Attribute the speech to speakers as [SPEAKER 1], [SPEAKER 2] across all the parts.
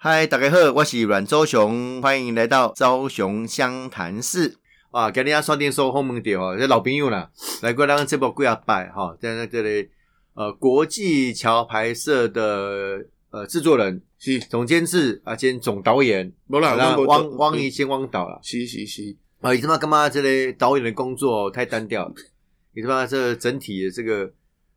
[SPEAKER 1] 嗨，大家好，我是阮周雄，欢迎来到周雄湘潭市。啊，今日啊，山顶收访问到哦，这老朋友啦，来过咱这部几啊摆哈，在那这里呃，国际桥牌社的呃制作人、
[SPEAKER 2] 是，
[SPEAKER 1] 总监制啊，兼总导演，
[SPEAKER 2] 无啦，嗯
[SPEAKER 1] 那
[SPEAKER 2] 我嗯
[SPEAKER 1] 汪汪一，先汪导啦。
[SPEAKER 2] 是是是，
[SPEAKER 1] 啊，你他妈干嘛？这类导演的工作、太单调了，你他妈这整体的这个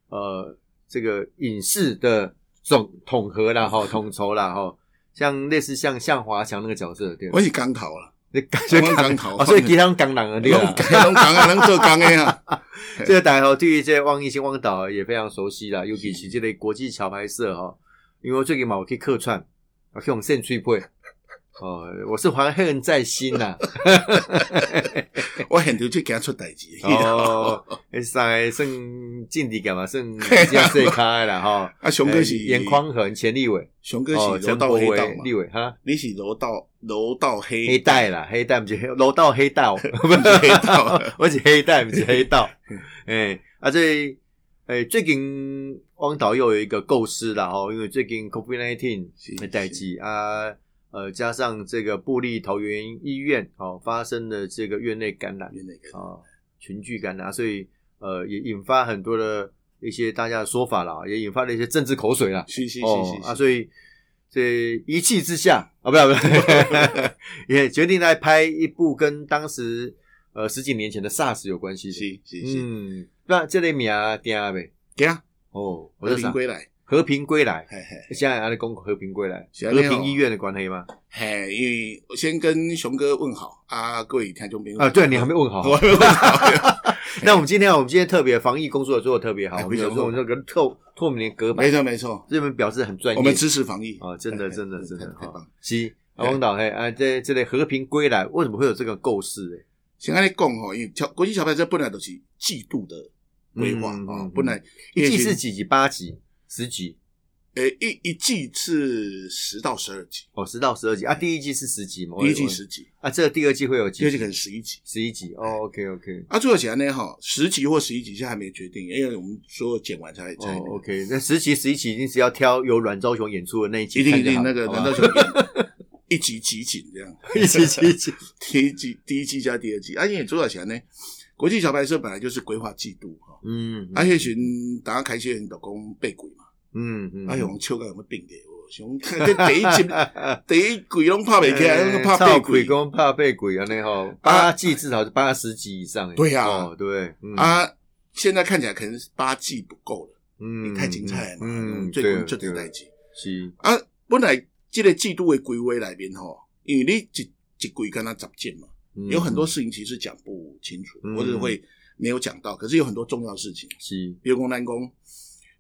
[SPEAKER 1] 呃这个影视的总统合啦哈，统筹啦哈，像类似像向华强那个角色对吧
[SPEAKER 2] 我？是港头啦，
[SPEAKER 1] 你感觉
[SPEAKER 2] 我
[SPEAKER 1] 港
[SPEAKER 2] 港头
[SPEAKER 1] 哦，所以其他人港人啊对
[SPEAKER 2] 拢
[SPEAKER 1] 吧？
[SPEAKER 2] 拢港诶，拢做港诶啊，
[SPEAKER 1] 这个大家吼，对于这个望一星汪岛也非常熟悉啦，尤其是这类国际桥牌社哈，因为我最近嘛，我可以客串，我可以用线去配。哦，我是怀恨在心呐、
[SPEAKER 2] 我现场去行出代志。
[SPEAKER 1] 哦，那三个算劲敌干嘛？ 算比较最开啦哈。
[SPEAKER 2] 啊，熊哥是
[SPEAKER 1] 呃严，匡衡前立委，
[SPEAKER 2] 熊哥
[SPEAKER 1] 哦，
[SPEAKER 2] 是柔
[SPEAKER 1] 陈
[SPEAKER 2] 道
[SPEAKER 1] 柏
[SPEAKER 2] 黑道
[SPEAKER 1] 伟
[SPEAKER 2] 嘛
[SPEAKER 1] 立，委哈，
[SPEAKER 2] 你是柔道柔道黑
[SPEAKER 1] 黑带啦，黑带不是黑楼道黑道， 不是
[SPEAKER 2] 黑道，啊
[SPEAKER 1] 我是黑带不是黑 道。哎，啊这哎最近汪导又有一个构思啦吼，因为最近 COVID nineteen
[SPEAKER 2] 是
[SPEAKER 1] 的代际啊。呃，加上这个布利桃园医院哦发生了这个院内感染，
[SPEAKER 2] 原来个
[SPEAKER 1] 啊、群聚感啊，所以呃也引发很多的一些大家的说法啦，也引发了一些政治口水啦。
[SPEAKER 2] 是是
[SPEAKER 1] 哦
[SPEAKER 2] 是
[SPEAKER 1] 啊，
[SPEAKER 2] 是是，
[SPEAKER 1] 所以这一气之下啊，不要不 要，也决定来拍一部跟当时呃十几年前的 SARS 有关系的。
[SPEAKER 2] 是是是，
[SPEAKER 1] 嗯，那这类名定呗。
[SPEAKER 2] 行，啊
[SPEAKER 1] 哦，我
[SPEAKER 2] 和
[SPEAKER 1] 就
[SPEAKER 2] 平
[SPEAKER 1] 想
[SPEAKER 2] 归来，
[SPEAKER 1] 和平归来，
[SPEAKER 2] 嘿嘿
[SPEAKER 1] 现在阿里公和平归来，
[SPEAKER 2] 是
[SPEAKER 1] 和
[SPEAKER 2] 这样哦
[SPEAKER 1] 平医院的关黑 吗？
[SPEAKER 2] 嘿，因为我先跟熊哥问好啊，各位听众朋友
[SPEAKER 1] 啊，对，你还没问 好。
[SPEAKER 2] 我还没问 好，
[SPEAKER 1] 那我们今天啊，我们今天特别防疫工作做的特别好，
[SPEAKER 2] 哎
[SPEAKER 1] 我们想说我
[SPEAKER 2] 不
[SPEAKER 1] 们
[SPEAKER 2] 行
[SPEAKER 1] 这个透透明隔板
[SPEAKER 2] 没，错没错，
[SPEAKER 1] 日本表示很专业。
[SPEAKER 2] 我们支持防疫
[SPEAKER 1] 啊，真的
[SPEAKER 2] 嘿
[SPEAKER 1] 真的
[SPEAKER 2] 嘿
[SPEAKER 1] 真的
[SPEAKER 2] 哎太太棒
[SPEAKER 1] 哈
[SPEAKER 2] 了。。哎
[SPEAKER 1] 是啊，汪导嘿啊，这这类和平归来，为什么会有这个构思？哎，
[SPEAKER 2] 先安尼讲吼，因为桥国际桥牌这本来都是季度的规划
[SPEAKER 1] 嗯
[SPEAKER 2] 啊
[SPEAKER 1] 嗯，
[SPEAKER 2] 本来因
[SPEAKER 1] 一
[SPEAKER 2] 为
[SPEAKER 1] 季是
[SPEAKER 2] 是
[SPEAKER 1] 几集？八集、十集？
[SPEAKER 2] 呃一一季是十到十二集，
[SPEAKER 1] 哦，十到十二集啊。第一季是十集嘛？我
[SPEAKER 2] 第一季十集，
[SPEAKER 1] 啊，这个第二季会有
[SPEAKER 2] 第二
[SPEAKER 1] 几集？
[SPEAKER 2] 季可能十一集。
[SPEAKER 1] 十一集。哦，OK OK。
[SPEAKER 2] 啊，最后写安尼吼，十集或十一集现在还没决定，因为我们所有剪完才
[SPEAKER 1] 哦
[SPEAKER 2] 才那个
[SPEAKER 1] ，OK，那十集、十一集一定是要挑由阮昭雄演出的那一集
[SPEAKER 2] 一定
[SPEAKER 1] 看
[SPEAKER 2] 一
[SPEAKER 1] 就好哦了，
[SPEAKER 2] 定那个
[SPEAKER 1] 好吧
[SPEAKER 2] 难道就一 集集锦这样？
[SPEAKER 1] 一集集 集？
[SPEAKER 2] 第一季第一季加第二季，啊，因为主要写呢，国际桥牌社本来就是规划季度哈，
[SPEAKER 1] 嗯，
[SPEAKER 2] 啊，迄时阵大家开始很多讲被鬼嘛，
[SPEAKER 1] 嗯嗯，
[SPEAKER 2] 啊， 用手感有没有病的？我想看这第一 集。第一季拢拍袂起来，拢拍
[SPEAKER 1] 怕
[SPEAKER 2] 八
[SPEAKER 1] 哎鬼
[SPEAKER 2] 鬼。
[SPEAKER 1] 公怕被鬼啊，那吼八季至少是八十集以上欸。
[SPEAKER 2] 对啊
[SPEAKER 1] 哦对，嗯，
[SPEAKER 2] 啊，现在看起来可能是八季不够了，
[SPEAKER 1] 嗯
[SPEAKER 2] 太精彩了嘛。
[SPEAKER 1] 嗯，
[SPEAKER 2] 最
[SPEAKER 1] 对
[SPEAKER 2] 近就
[SPEAKER 1] 对
[SPEAKER 2] 得代志
[SPEAKER 1] 是，
[SPEAKER 2] 啊。本来这个季度的规划里面吼，因为你一一季跟他杂件嘛，
[SPEAKER 1] 嗯
[SPEAKER 2] 有很多事情其实讲不清楚，
[SPEAKER 1] 嗯
[SPEAKER 2] 或者会没有讲到。可是有很多重要事情，
[SPEAKER 1] 是
[SPEAKER 2] 比如讲咱讲，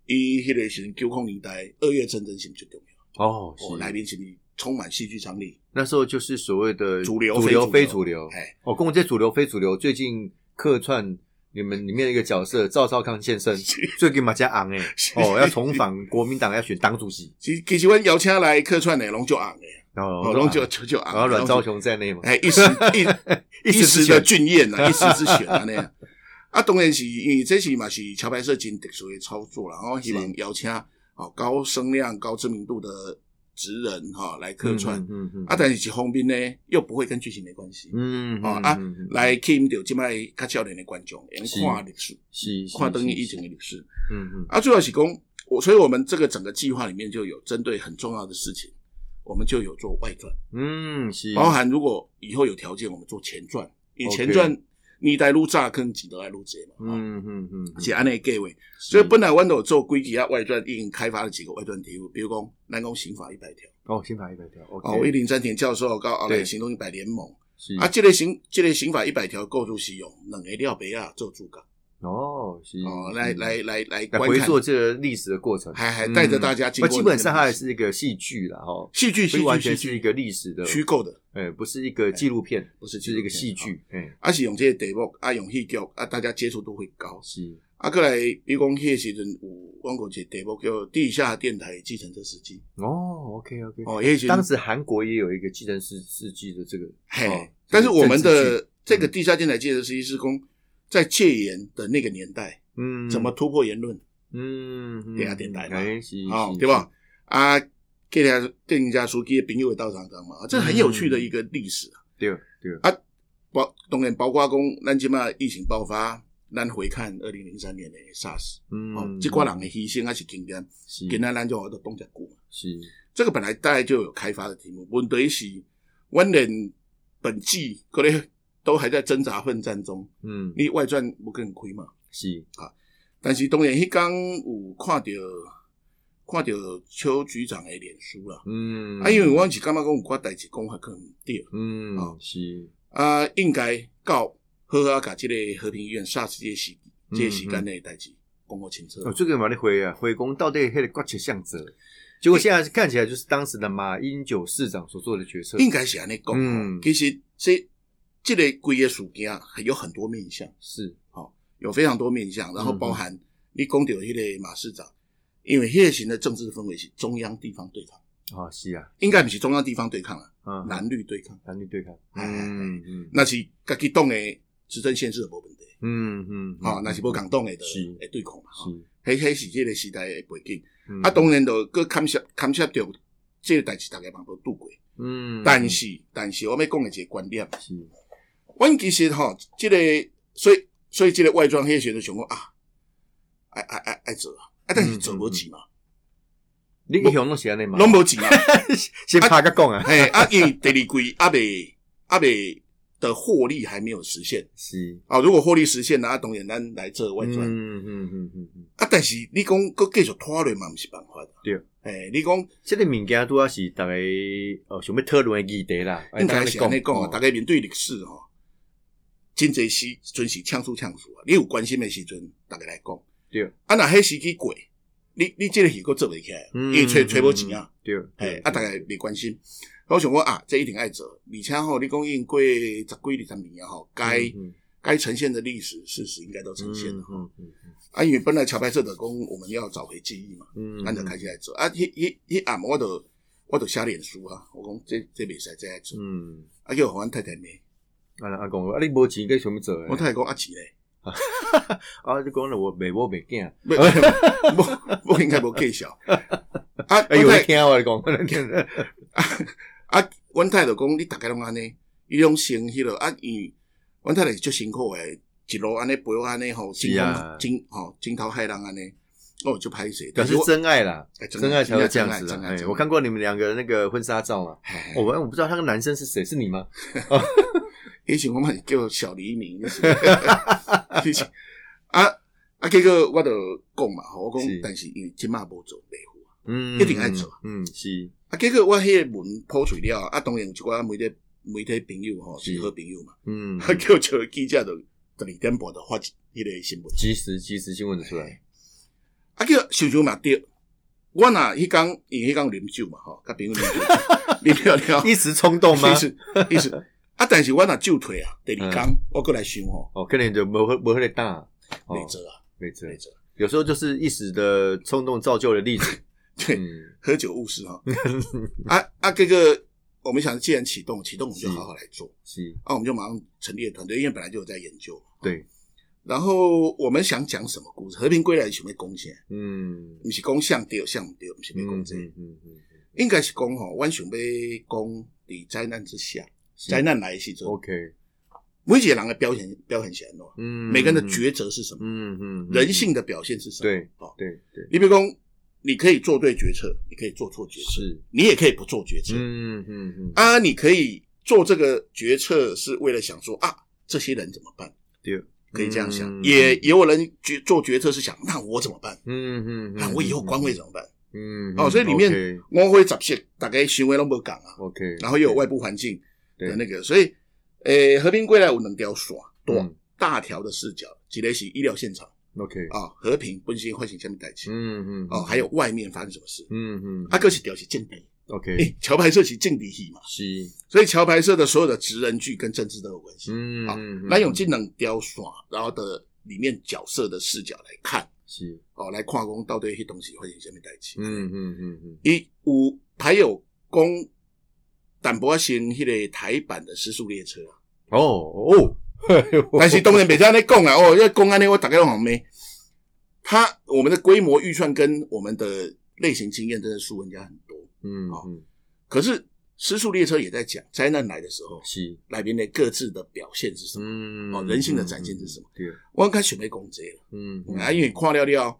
[SPEAKER 2] 伊迄个时阵九控年代二月战争是不是很重要？
[SPEAKER 1] 哦，
[SPEAKER 2] 哦，来
[SPEAKER 1] 是
[SPEAKER 2] 宾是不是充满戏剧张力？
[SPEAKER 1] 那时候就是所谓的
[SPEAKER 2] 主流
[SPEAKER 1] 主
[SPEAKER 2] 非
[SPEAKER 1] 流
[SPEAKER 2] 主
[SPEAKER 1] 非
[SPEAKER 2] 流
[SPEAKER 1] 主流。
[SPEAKER 2] 哎，
[SPEAKER 1] 哦，跟我这主流非主流，最近客串你们里面的一个角色赵少康现身，最近马家昂哎，
[SPEAKER 2] 是
[SPEAKER 1] 哦，要重返国民党要选党主席，
[SPEAKER 2] 其实其实阮邀请来客串的拢就红的，
[SPEAKER 1] 然后
[SPEAKER 2] 哦，拢就就就红。
[SPEAKER 1] 然后阮昭雄在内嘛，
[SPEAKER 2] 哎，一时
[SPEAKER 1] 一
[SPEAKER 2] 一一
[SPEAKER 1] 时之
[SPEAKER 2] 时
[SPEAKER 1] 选
[SPEAKER 2] 的俊彦 呐，一时之选啊那样。啊，当然是因为这是嘛是桥牌社真特殊的操作啦，然后希望邀请哦高声量、高知名度的职人哈、来客串。
[SPEAKER 1] 嗯嗯嗯，
[SPEAKER 2] 啊，但是一方面呢，又不会跟剧情没关系，
[SPEAKER 1] 嗯
[SPEAKER 2] 哦
[SPEAKER 1] 嗯
[SPEAKER 2] 啊
[SPEAKER 1] 嗯嗯
[SPEAKER 2] 来吸引到即摆较少年的观众，会
[SPEAKER 1] 是
[SPEAKER 2] 看历史，
[SPEAKER 1] 是
[SPEAKER 2] 看等
[SPEAKER 1] 等
[SPEAKER 2] 于
[SPEAKER 1] 于
[SPEAKER 2] 以前的历史。
[SPEAKER 1] 嗯嗯
[SPEAKER 2] 啊，主要是讲我，所以我们这个整个计划里面就有针对很重要的事情，我们就有做外传。
[SPEAKER 1] 嗯是，
[SPEAKER 2] 包含如果以后有条件，我们做前传，以
[SPEAKER 1] OK
[SPEAKER 2] 前传你带路炸更几得来路这嘛，嗯，
[SPEAKER 1] 嗯嗯嗯，
[SPEAKER 2] 是安内计划。
[SPEAKER 1] 所
[SPEAKER 2] 所以本来我都有做规矩啊外传，已经开发了几个外传题目，比如讲南宫刑法一百条，
[SPEAKER 1] 哦，先把一百条
[SPEAKER 2] 哦，魏
[SPEAKER 1] ，OK，
[SPEAKER 2] 林山田教授到后
[SPEAKER 1] 对嗯
[SPEAKER 2] 来行动一百联盟，
[SPEAKER 1] 是
[SPEAKER 2] 啊，这个刑这个刑法一百条构筑使用，两个廖北亚做主角，
[SPEAKER 1] 哦是
[SPEAKER 2] 哦，来
[SPEAKER 1] 嗯
[SPEAKER 2] 来来来
[SPEAKER 1] 来
[SPEAKER 2] 观
[SPEAKER 1] 回
[SPEAKER 2] 看，
[SPEAKER 1] 溯这个历史的过程，
[SPEAKER 2] 还还
[SPEAKER 1] 嗯
[SPEAKER 2] 带着大家经
[SPEAKER 1] 那
[SPEAKER 2] 过，
[SPEAKER 1] 基本上它还是一个戏剧啦，哈，
[SPEAKER 2] 戏剧，
[SPEAKER 1] 不
[SPEAKER 2] 戏
[SPEAKER 1] 完
[SPEAKER 2] 剧，
[SPEAKER 1] 全
[SPEAKER 2] 戏
[SPEAKER 1] 是一
[SPEAKER 2] 剧
[SPEAKER 1] 个历史的，
[SPEAKER 2] 虚构的，哎
[SPEAKER 1] 哎，不是一个纪录片，
[SPEAKER 2] 不是
[SPEAKER 1] 就是一个戏剧，哎，
[SPEAKER 2] 啊，是用这个题目，啊，用戏剧，啊，大家接触度会高。
[SPEAKER 1] 是
[SPEAKER 2] 啊，过来，比如讲迄个时阵有阮过一个题目叫《地下电台计程车司机
[SPEAKER 1] 哦，OK OK，》
[SPEAKER 2] 哦，迄时
[SPEAKER 1] 当时韩国也有一个计程师司机的这个，
[SPEAKER 2] 嘿，
[SPEAKER 1] 哦
[SPEAKER 2] 但是我们
[SPEAKER 1] 这个政治剧嗯
[SPEAKER 2] 的这个地下电台计程车司机是公在戒严的那个年代，
[SPEAKER 1] 嗯
[SPEAKER 2] 怎么突破言论
[SPEAKER 1] 嗯嗯
[SPEAKER 2] 电台电台嘛
[SPEAKER 1] 哎是
[SPEAKER 2] 啊、哦
[SPEAKER 1] 是
[SPEAKER 2] 对吧？啊，跟人家跟人家说，给朋友的道场讲嘛，啊这很有趣的一个历史啊。
[SPEAKER 1] 对对，
[SPEAKER 2] 包当然包括讲，咱即嘛疫情爆发，咱回看二零零三年的 SARS，哦
[SPEAKER 1] 嗯，，
[SPEAKER 2] 这挂人的牺牲还是经验，
[SPEAKER 1] 是
[SPEAKER 2] 简单咱就都冻结久嘛。
[SPEAKER 1] 是
[SPEAKER 2] 这个本来大概就有开发的题目，问题是，我连本季可能都还在挣扎奋战中，
[SPEAKER 1] 嗯
[SPEAKER 2] 你外传不更亏嘛？
[SPEAKER 1] 是
[SPEAKER 2] 但是当然，迄天有看到看到邱局长的脸书啦，
[SPEAKER 1] 嗯，
[SPEAKER 2] 啊，因为我是感觉讲有寡代志讲法可能不对，
[SPEAKER 1] 嗯
[SPEAKER 2] 哦
[SPEAKER 1] 是
[SPEAKER 2] 啊，应该到好好甲即个和平医院煞死这个时
[SPEAKER 1] 嗯
[SPEAKER 2] 这个时间内代志讲互清楚。
[SPEAKER 1] 哦，这个嘛，你回啊，回宫到底那个关切向责，结果现在看起来就是当时的马英九市长所做的决策，
[SPEAKER 2] 应该是安尼讲
[SPEAKER 1] 嗯
[SPEAKER 2] 哦。其实这这个规个事件啊，有很多面向，
[SPEAKER 1] 是
[SPEAKER 2] 有非常多面向，然后
[SPEAKER 1] 嗯
[SPEAKER 2] 包含你讲到迄个马市长，因为迄个型的政治氛围是中央地方对抗，
[SPEAKER 1] 啊，是啊，
[SPEAKER 2] 应该不是中央地方对抗啊，
[SPEAKER 1] 嗯，
[SPEAKER 2] 蓝绿对抗，
[SPEAKER 1] 男女对抗，
[SPEAKER 2] 哎
[SPEAKER 1] 嗯嗯
[SPEAKER 2] 那是家己党诶执政县市的无问题，
[SPEAKER 1] 嗯嗯，
[SPEAKER 2] 吼，那是无共党诶的
[SPEAKER 1] 是
[SPEAKER 2] 诶对抗嘛，吼，
[SPEAKER 1] 是
[SPEAKER 2] 迄迄是这个时代诶背景。
[SPEAKER 1] 嗯
[SPEAKER 2] 啊，当然就搁勘涉勘涉到这个代志，大家嘛无拄过。
[SPEAKER 1] 嗯，
[SPEAKER 2] 但是，但是我要讲的一个观点，
[SPEAKER 1] 是
[SPEAKER 2] 阮其实吼，这个所以所以这个外装迄个时候就想讲啊，爱爱爱爱做啊，啊，但是做无钱嘛，
[SPEAKER 1] 你一向拢是安尼嘛，
[SPEAKER 2] 拢无钱 嘛，啊
[SPEAKER 1] 先拍个讲啊，
[SPEAKER 2] 嘿，啊，因为第二季啊未啊未的获利还没有实现
[SPEAKER 1] 是，
[SPEAKER 2] 啊，如果获利实现了，啊，当然咱来做外
[SPEAKER 1] 嗯
[SPEAKER 2] 装。
[SPEAKER 1] 嗯嗯嗯嗯，
[SPEAKER 2] 啊，但是你讲搁继续拖落嘛，毋是办法的。
[SPEAKER 1] 对，
[SPEAKER 2] 诶，你讲
[SPEAKER 1] 这个物件主要是大家哦想要讨论的议题啦，
[SPEAKER 2] 应该是安尼讲啊，
[SPEAKER 1] 大
[SPEAKER 2] 大
[SPEAKER 1] 概
[SPEAKER 2] 家面对历史吼，真侪时阵是呛出呛出啊。你有关心的时阵，大家来讲。
[SPEAKER 1] 对
[SPEAKER 2] 啊，若迄时期过，你你即个戏佫做袂起来，啊
[SPEAKER 1] 嗯
[SPEAKER 2] 因为揣揣无钱啊，，
[SPEAKER 1] 对，嗯
[SPEAKER 2] 嘿，啊，大家袂关心。我想讲啊，这一定爱做，而且吼，你讲因过十几二十年啊吼，该该呈现的历史事实应该都呈现了。
[SPEAKER 1] 嗯嗯
[SPEAKER 2] 啊，因为本来桥牌社的工，我们要找回记忆嘛。
[SPEAKER 1] 嗯，
[SPEAKER 2] 咱就开始来做啊！迄迄迄暗我就我就写脸书啊，我讲这这袂使再来做，
[SPEAKER 1] 嗯，
[SPEAKER 2] 啊叫互阮太太骂，
[SPEAKER 1] 啊阿公，啊你无钱该想要做？
[SPEAKER 2] 我太太讲啊钱咧，
[SPEAKER 1] 啊你讲了我未我未惊，
[SPEAKER 2] 不我我应该无介绍啊！
[SPEAKER 1] 哎呦
[SPEAKER 2] 阮太
[SPEAKER 1] 听我讲，
[SPEAKER 2] 啊，阮太太就讲你逐个拢安尼，伊拢先迄落啊，伊阮太太是足辛苦诶，一路安尼陪我安尼吼，
[SPEAKER 1] 是
[SPEAKER 2] 惊
[SPEAKER 1] 啊
[SPEAKER 2] 惊吼惊头骇浪安尼，哦就歹势，
[SPEAKER 1] 表
[SPEAKER 2] 但
[SPEAKER 1] 示
[SPEAKER 2] 是我
[SPEAKER 1] 真爱啦，
[SPEAKER 2] 哎
[SPEAKER 1] 真爱才会这样子
[SPEAKER 2] 真
[SPEAKER 1] 的。
[SPEAKER 2] 爱真爱
[SPEAKER 1] 哎，
[SPEAKER 2] 真爱
[SPEAKER 1] 我看过你们两个那个婚纱照嘛，
[SPEAKER 2] 哎
[SPEAKER 1] 我我不知道那个男生是谁，是你吗？
[SPEAKER 2] 以前我嘛是叫小黎明，你是 以前啊啊，结果我就讲嘛，吼我讲
[SPEAKER 1] 是，
[SPEAKER 2] 但是因为即马无做维护，
[SPEAKER 1] 嗯，
[SPEAKER 2] 一定爱做。
[SPEAKER 1] 嗯，是
[SPEAKER 2] 啊，结果我迄个文破碎了，啊，当然有一寡媒体媒体朋友吼
[SPEAKER 1] 是
[SPEAKER 2] 是好朋友嘛，
[SPEAKER 1] 嗯，
[SPEAKER 2] 啊，叫一个记者就十二点半就发一迄个新闻，
[SPEAKER 1] 及时及时新闻的出来，
[SPEAKER 2] 啊，叫想想嘛对，我若迄工因迄工啉酒嘛吼，甲朋友 啉酒，啉了了，
[SPEAKER 1] 一时冲动吗？
[SPEAKER 2] 意思意思，啊，但是我若酒退啊，第二工我过来想吼，
[SPEAKER 1] 哦，可能就没喝没喝的大，嗯哦
[SPEAKER 2] 袂做啊，
[SPEAKER 1] 没辙
[SPEAKER 2] 袂做。
[SPEAKER 1] 有时候就是一时的冲动造就了例子。
[SPEAKER 2] 对
[SPEAKER 1] 嗯
[SPEAKER 2] 喝酒误事 哈。啊啊，这个我们想，既然启动，启动我们就好好来做。
[SPEAKER 1] 是，
[SPEAKER 2] 啊，我们就马上成立了团队，因为本来就有在研究嘛。啊
[SPEAKER 1] 对，
[SPEAKER 2] 然后我们想讲什么故事？和平归来想要贡献，
[SPEAKER 1] 嗯，
[SPEAKER 2] 不是讲向对向对，不是要讲这个
[SPEAKER 1] 嗯嗯嗯，
[SPEAKER 2] 应该是讲吼，我想要讲伫灾难之下，灾难来的时阵，
[SPEAKER 1] OK，
[SPEAKER 2] 每一个人的表现表现是安怎样，
[SPEAKER 1] 嗯，
[SPEAKER 2] 每个人的抉择是什么，
[SPEAKER 1] 嗯，嗯嗯，
[SPEAKER 2] 人性的表现是什么？
[SPEAKER 1] 对
[SPEAKER 2] 哦，
[SPEAKER 1] 对对
[SPEAKER 2] 你比如讲，你可以做对决策，你可以做错决策，
[SPEAKER 1] 是，
[SPEAKER 2] 你也可以不做决策。
[SPEAKER 1] 嗯嗯嗯，
[SPEAKER 2] 啊，你可以做这个决策是为了想说啊，这些人怎么办？
[SPEAKER 1] 对，
[SPEAKER 2] 可以这样想，
[SPEAKER 1] 嗯
[SPEAKER 2] 也也有人决做决策是想，那我怎么办？
[SPEAKER 1] 嗯嗯，
[SPEAKER 2] 那我以后官位怎么办？
[SPEAKER 1] 嗯，
[SPEAKER 2] 哦所以里面我会杂些，大概行为都不讲啊，
[SPEAKER 1] OK，
[SPEAKER 2] 然后又有外部环境
[SPEAKER 1] 对
[SPEAKER 2] 的那个，所以，呃，和平归来我能条耍多
[SPEAKER 1] 嗯
[SPEAKER 2] 大条的视角，几类是医疗现场
[SPEAKER 1] OK，
[SPEAKER 2] 啊，和平本身唤醒下面代情
[SPEAKER 1] 嗯嗯，
[SPEAKER 2] 哦，还有外面发生什么事，
[SPEAKER 1] 嗯嗯
[SPEAKER 2] 啊，个是屌是政敌，
[SPEAKER 1] ，OK，
[SPEAKER 2] 诶，桥牌社是政敌戏嘛，
[SPEAKER 1] 是，
[SPEAKER 2] 所以桥牌社的所有的职人剧跟政治都有关系。
[SPEAKER 1] 嗯，
[SPEAKER 2] 那用技能雕刷，然后的里面角色的视角来看，
[SPEAKER 1] 是，
[SPEAKER 2] 哦，来看讲到底迄东西发生什么代志。
[SPEAKER 1] 嗯嗯嗯嗯，
[SPEAKER 2] 伊有还有讲淡薄仔先迄个台版的《失速列车》啊，
[SPEAKER 1] 哦 哦，
[SPEAKER 2] 但 是当然袂使安尼讲啊，哦，要讲安尼我大概拢没。他我们的规模预算跟我们的类型经验真的输人家很多，
[SPEAKER 1] 嗯
[SPEAKER 2] 好
[SPEAKER 1] 嗯，
[SPEAKER 2] 可是《失速列车》也在讲灾难来的时候，
[SPEAKER 1] 是，
[SPEAKER 2] 来宾的各自的表现是什么？
[SPEAKER 1] 嗯，
[SPEAKER 2] 哦人性的展现是什么
[SPEAKER 1] 嗯？对，
[SPEAKER 2] 我开始没讲这个，
[SPEAKER 1] 嗯，嗯
[SPEAKER 2] 啊，因为看了了，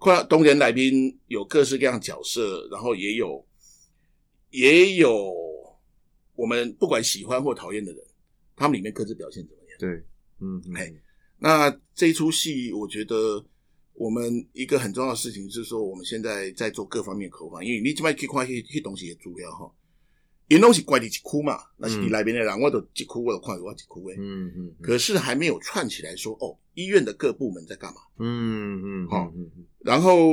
[SPEAKER 2] 看了东人来宾有各式各样的角色，然后也有也有我们不管喜欢或讨厌的人，他们里面各自表现怎么样？
[SPEAKER 1] 对，嗯，嗯
[SPEAKER 2] 哎那这一出戏，我觉得我们一个很重要的事情是说，我们现在在做各方面的口访，因为你这边去看迄迄东西的资料吼，因拢是怪你一区嘛，那是你来宾的人，我都一区我都看到我一区诶。
[SPEAKER 1] 嗯嗯，嗯
[SPEAKER 2] 可是还没有串起来说哦，医院的各部门在干嘛？
[SPEAKER 1] 嗯嗯，
[SPEAKER 2] 好
[SPEAKER 1] 嗯，嗯嗯
[SPEAKER 2] 然后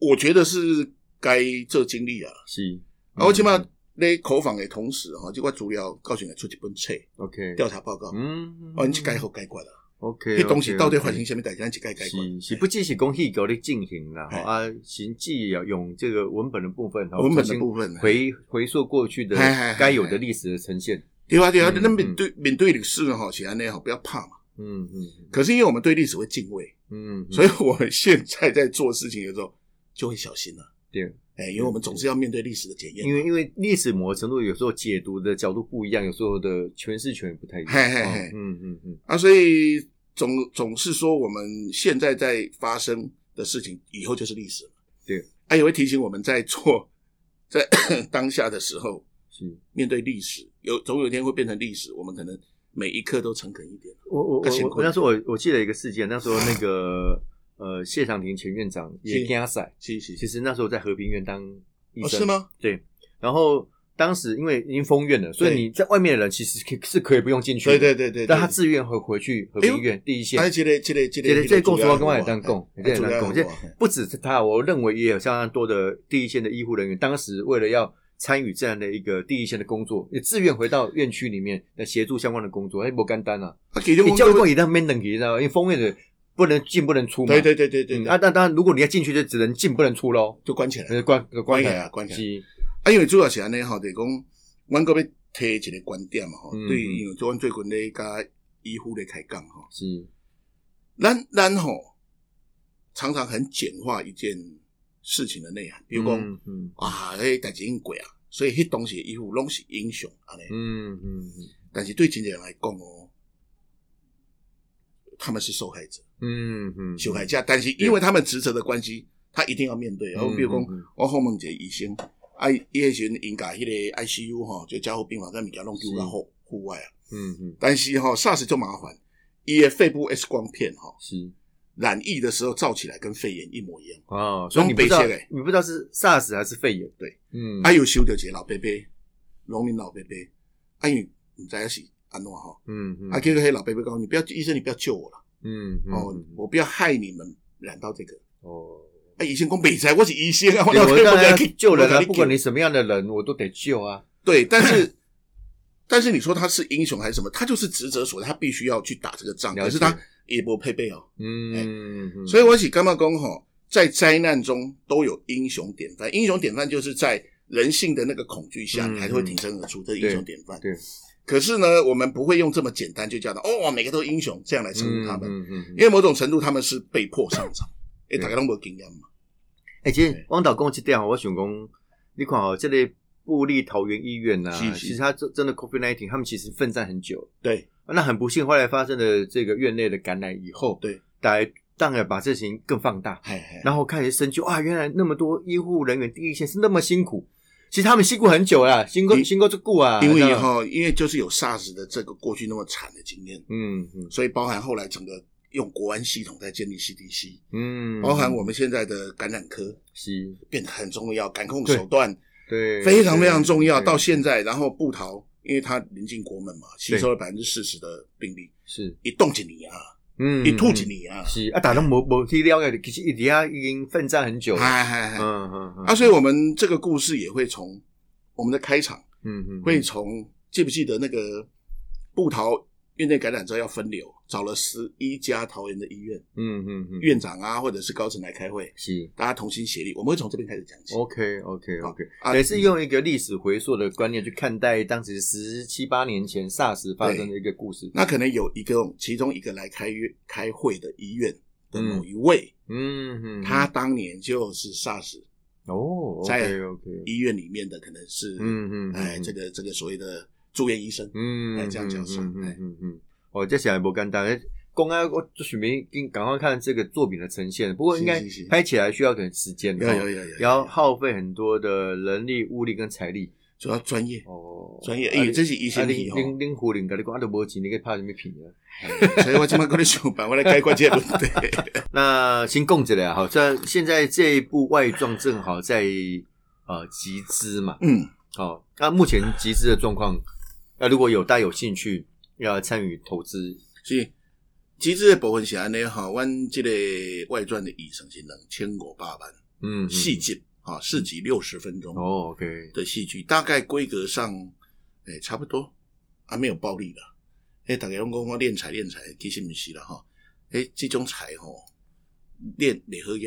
[SPEAKER 2] 我觉得是该做经历啊。
[SPEAKER 1] 是，
[SPEAKER 2] 啊，我起码
[SPEAKER 1] 嗯嗯
[SPEAKER 2] 在口访的同时哈，就我资料告诉你出一本册
[SPEAKER 1] ，OK，
[SPEAKER 2] 调查报告，
[SPEAKER 1] 嗯，
[SPEAKER 2] 哦，你去改好改决啦，
[SPEAKER 1] ，OK，
[SPEAKER 2] 迄东西到底发
[SPEAKER 1] 现。
[SPEAKER 2] 生什么代志，咱去改改决。
[SPEAKER 1] 是是，不只是讲戏剧的进行啦，
[SPEAKER 2] 嘿
[SPEAKER 1] 吼啊，行记要用这个文本的部分，吼
[SPEAKER 2] 文本
[SPEAKER 1] 重
[SPEAKER 2] 的
[SPEAKER 1] 新
[SPEAKER 2] 部分啊
[SPEAKER 1] 回回溯过去的
[SPEAKER 2] 嘿嘿嘿
[SPEAKER 1] 该有的历史的呈现。
[SPEAKER 2] 对啊，对啊，
[SPEAKER 1] 嗯
[SPEAKER 2] 那面对面对历史哈，显然那哈不要怕嘛。
[SPEAKER 1] 嗯嗯
[SPEAKER 2] 可是因为我们对历史会敬畏，
[SPEAKER 1] 嗯，嗯
[SPEAKER 2] 所以我们现在在做事情的时候就会小心了。
[SPEAKER 1] 对，
[SPEAKER 2] 哎，因为我们总是要面对历史的检验嘛。
[SPEAKER 1] 因为因为历史某个程度有时候解读的角度不一样，有时候的诠释权不太一样。
[SPEAKER 2] 嘿嘿
[SPEAKER 1] 哦
[SPEAKER 2] 嘿
[SPEAKER 1] 嗯嗯嗯，
[SPEAKER 2] 啊，所以总总是说我们现在在发生的事情，以后就是历史了。
[SPEAKER 1] 对，
[SPEAKER 2] 啊，也会提醒我们在做在 当下的时候，
[SPEAKER 1] 是
[SPEAKER 2] 面对历史，有总有一天会变成历史。我们可能每一刻都诚恳一点。
[SPEAKER 1] 我我
[SPEAKER 2] 较辛
[SPEAKER 1] 我
[SPEAKER 2] 苦
[SPEAKER 1] 我那时候我我记得一个事件，那时候那个呃谢长廷前院长也
[SPEAKER 2] 是
[SPEAKER 1] 跟他赛，
[SPEAKER 2] 谢谢
[SPEAKER 1] 其实那时候在和平院当医
[SPEAKER 2] 哦，
[SPEAKER 1] 生
[SPEAKER 2] 是吗？
[SPEAKER 1] 对，然后当时因为已经封院了，所以
[SPEAKER 2] 对
[SPEAKER 1] 你在外面的人其实可是可以不用进去，
[SPEAKER 2] 对对，对对。
[SPEAKER 1] 但他
[SPEAKER 2] 对
[SPEAKER 1] 自愿回回去和平医院第一线
[SPEAKER 2] 哎，。这个这个这
[SPEAKER 1] 这
[SPEAKER 2] 个
[SPEAKER 1] 个这个共识跟我也当
[SPEAKER 2] 共
[SPEAKER 1] 共，，这也当共。这
[SPEAKER 2] 哎
[SPEAKER 1] 不只是他，我认为也有相当多的第一线的医护人员，当时为了要参与这样的一个第一线的工作，也自愿回到院区里面来协助相关的工作，哎，不简单啊！
[SPEAKER 2] 啊，其实
[SPEAKER 1] 你
[SPEAKER 2] 我
[SPEAKER 1] 教育也当没等级，你知道吗？因为封院的不能进不能出嘛。
[SPEAKER 2] 对对对对对
[SPEAKER 1] 嗯
[SPEAKER 2] 对，
[SPEAKER 1] 啊，但当然，如果你要进去，就只能进不能出喽，
[SPEAKER 2] 就关起来。
[SPEAKER 1] 呃关
[SPEAKER 2] 关起
[SPEAKER 1] 起
[SPEAKER 2] 来
[SPEAKER 1] 来
[SPEAKER 2] 关起来
[SPEAKER 1] 是
[SPEAKER 2] 啊，因为主要是安尼吼，就是讲，阮个要提一个观点嘛吼，
[SPEAKER 1] 嗯
[SPEAKER 2] 对，
[SPEAKER 1] 嗯
[SPEAKER 2] 因为做阮最近咧甲医护咧开讲吼，
[SPEAKER 1] 是，
[SPEAKER 2] 咱咱吼常常很简化一件事情的内涵，比如讲、
[SPEAKER 1] 嗯嗯
[SPEAKER 2] 啊，迄代志已经过啊，所以迄东西医护拢是英雄安尼，
[SPEAKER 1] 嗯嗯
[SPEAKER 2] 但是对真侪人来讲哦，他们是受害者。
[SPEAKER 1] 嗯嗯，
[SPEAKER 2] 休海假，但是因为他们职责的关系，他一定要面对。然后比如
[SPEAKER 1] 嗯嗯
[SPEAKER 2] 讲
[SPEAKER 1] 嗯，
[SPEAKER 2] 我后面一个医生，啊，伊迄时阵因甲迄个 ICU 吼，就加护病房在物件弄丢到户户外啊。
[SPEAKER 1] 嗯嗯
[SPEAKER 2] 但是吼、s a r s 就麻烦，伊的肺部 X 光片吼、
[SPEAKER 1] 是
[SPEAKER 2] 染疫的时候照起来跟肺炎一模一样。
[SPEAKER 1] 啊，所以你不知道
[SPEAKER 2] 北线欸
[SPEAKER 1] 你不知道是 SARS 还是肺炎，
[SPEAKER 2] 对，
[SPEAKER 1] 嗯，
[SPEAKER 2] 啊，有收到一个老伯伯，农民老伯伯，啊，因为毋知影是安怎吼、
[SPEAKER 1] 嗯嗯
[SPEAKER 2] 啊，结果迄老伯伯讲，你不要医生，你不要救我了，
[SPEAKER 1] 嗯嗯
[SPEAKER 2] 哦
[SPEAKER 1] 嗯，
[SPEAKER 2] 我不要害你们染到这个。
[SPEAKER 1] 哦，
[SPEAKER 2] 啊，医生讲袂使，我是医生啊，我
[SPEAKER 1] 对我当然
[SPEAKER 2] 要
[SPEAKER 1] 要去救人
[SPEAKER 2] 我要
[SPEAKER 1] 啊，
[SPEAKER 2] 去
[SPEAKER 1] 不管你什么样的人，我都得救啊，
[SPEAKER 2] 对，但是但是你说他是英雄还是什么？他就是职责所在，他必须要去打这个仗，
[SPEAKER 1] 了解
[SPEAKER 2] 可是他也不配备哦。
[SPEAKER 1] 嗯，嗯
[SPEAKER 2] 所以我起干嘛公吼，在灾难中都有英雄典范，英雄典范就是在人性的那个恐惧下，
[SPEAKER 1] 嗯
[SPEAKER 2] 你还是会挺身而出，这是英雄典范。
[SPEAKER 1] 对，
[SPEAKER 2] 可是呢，我们不会用这么简单就叫他哦，每个都英雄这样来称呼他们，
[SPEAKER 1] 嗯嗯嗯
[SPEAKER 2] 因为某种程度他们是被迫上场，哎，大家都没有经验嘛。
[SPEAKER 1] 哎、其实汪导讲这点，我想讲，你看哦，这类布利桃园医院呐、
[SPEAKER 2] 是是
[SPEAKER 1] 其实他真真的 COVID nineteen，他们其实奋战很久。
[SPEAKER 2] 对，
[SPEAKER 1] 那很不幸，后来发生了这个院内的感染以后，
[SPEAKER 2] 对，
[SPEAKER 1] 大家当然把这事情更放大，
[SPEAKER 2] 嘿嘿，
[SPEAKER 1] 然后开始深究啊，原来那么多医护人员第一线是那么辛苦，其实他们辛苦很久啦，辛苦
[SPEAKER 2] 因
[SPEAKER 1] 辛苦就过啊，
[SPEAKER 2] 因
[SPEAKER 1] 你知
[SPEAKER 2] 为
[SPEAKER 1] 道吗，
[SPEAKER 2] 哈，因为就是有 SARS 的这个过去那么惨的经验，
[SPEAKER 1] 嗯嗯
[SPEAKER 2] 所以包含后来整个用国安系统在建立 CDC，
[SPEAKER 1] 嗯，
[SPEAKER 2] 包含我们现在的感染科
[SPEAKER 1] 是，
[SPEAKER 2] 变得很重要，感控
[SPEAKER 1] 对
[SPEAKER 2] 手段
[SPEAKER 1] 对，
[SPEAKER 2] 非常非常重要。
[SPEAKER 1] 对
[SPEAKER 2] 到现在，然后布桃，因为它临近国门嘛，吸收了百分之四十的病例，
[SPEAKER 1] 是，
[SPEAKER 2] 一动几年啊，
[SPEAKER 1] 嗯
[SPEAKER 2] 一吐几年啊，
[SPEAKER 1] 是啊，打都没没去了解，其实底下已经奋战很久了，
[SPEAKER 2] 嗨嗨嗨！
[SPEAKER 1] 嗯嗯嗯
[SPEAKER 2] 啊，所以我们这个故事也会从我们的开场
[SPEAKER 1] 嗯嗯，
[SPEAKER 2] 会从记不记得那个布桃院内感染之后要分流，找了十一家桃园的医院
[SPEAKER 1] 嗯嗯嗯，
[SPEAKER 2] 院长啊，或者是高层来开会，
[SPEAKER 1] 是
[SPEAKER 2] 大家同心协力，我们会从这边开始讲起。
[SPEAKER 1] OK OK OK，
[SPEAKER 2] 啊
[SPEAKER 1] 也是用一个历史回溯的观念去看待当时十七八年前 SARS 发生的一个故事。
[SPEAKER 2] 那可能有一个其中一个来开院开会的医院的
[SPEAKER 1] 嗯
[SPEAKER 2] 某一位，
[SPEAKER 1] 嗯，嗯
[SPEAKER 2] 他当年就是 SARS
[SPEAKER 1] 哦
[SPEAKER 2] 在
[SPEAKER 1] ，OK OK，
[SPEAKER 2] 医院里面的可能是，
[SPEAKER 1] 嗯嗯，
[SPEAKER 2] 哎，这
[SPEAKER 1] 个，
[SPEAKER 2] 个这个所谓的住院医生，
[SPEAKER 1] 嗯，
[SPEAKER 2] 哎这样讲是
[SPEAKER 1] 嗯嗯
[SPEAKER 2] 哎
[SPEAKER 1] 嗯嗯，哦，这显然不简单。哎公安，我就准备跟赶快看这个作品的呈现，不过应该
[SPEAKER 2] 是是是
[SPEAKER 1] 拍起来需要点时间，
[SPEAKER 2] 有
[SPEAKER 1] 哦
[SPEAKER 2] 有有有，
[SPEAKER 1] 也要耗费很多的人力、物力跟财力。
[SPEAKER 2] 主要专业，
[SPEAKER 1] 哦，
[SPEAKER 2] 专业，哎，这是医
[SPEAKER 1] 啊，
[SPEAKER 2] 生
[SPEAKER 1] 你
[SPEAKER 2] 题哦。
[SPEAKER 1] 你你胡林跟你讲，啊，都无钱，你去拍什么片啊？
[SPEAKER 2] 所以我今麦跟你想办法来解决这个问题。
[SPEAKER 1] 那先供着了哈，啊这现在这一部外传正好在呃集资嘛，
[SPEAKER 2] 嗯，
[SPEAKER 1] 哦，那目前集资的状况，那如果有大家有兴趣要参与投资，
[SPEAKER 2] 是，其实部分是安尼吼，阮即个外传的预算是两千五百万，
[SPEAKER 1] 嗯，
[SPEAKER 2] 四
[SPEAKER 1] 嗯
[SPEAKER 2] 集啊，四集六十分钟
[SPEAKER 1] 哦，OK，
[SPEAKER 2] 的戏剧，大概规格上，诶、差不多，啊，没有暴力啦。诶，大家拢讲我练财练财，其实毋是啦吼。诶，这种财吼，练袂好起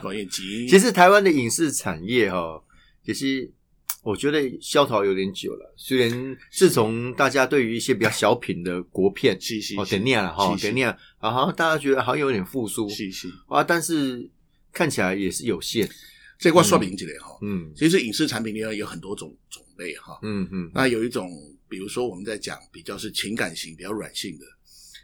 [SPEAKER 2] 关键钱，
[SPEAKER 1] 其实台湾的影视产业哈、其实我觉得萧条有点久了，虽然自从大家对于一些比较小品的国片
[SPEAKER 2] 是是
[SPEAKER 1] 哦，
[SPEAKER 2] 是
[SPEAKER 1] 等念了哈，
[SPEAKER 2] 是
[SPEAKER 1] 等念，然后大家觉得好像有点复苏
[SPEAKER 2] 是是，
[SPEAKER 1] 啊，但是看起来也是有限，
[SPEAKER 2] 这个我说明一下吼。
[SPEAKER 1] 嗯
[SPEAKER 2] 其实影视产品里面有很多种种类哈。
[SPEAKER 1] 嗯嗯，
[SPEAKER 2] 那有一种，比如说我们在讲比较是情感型、比较软性的，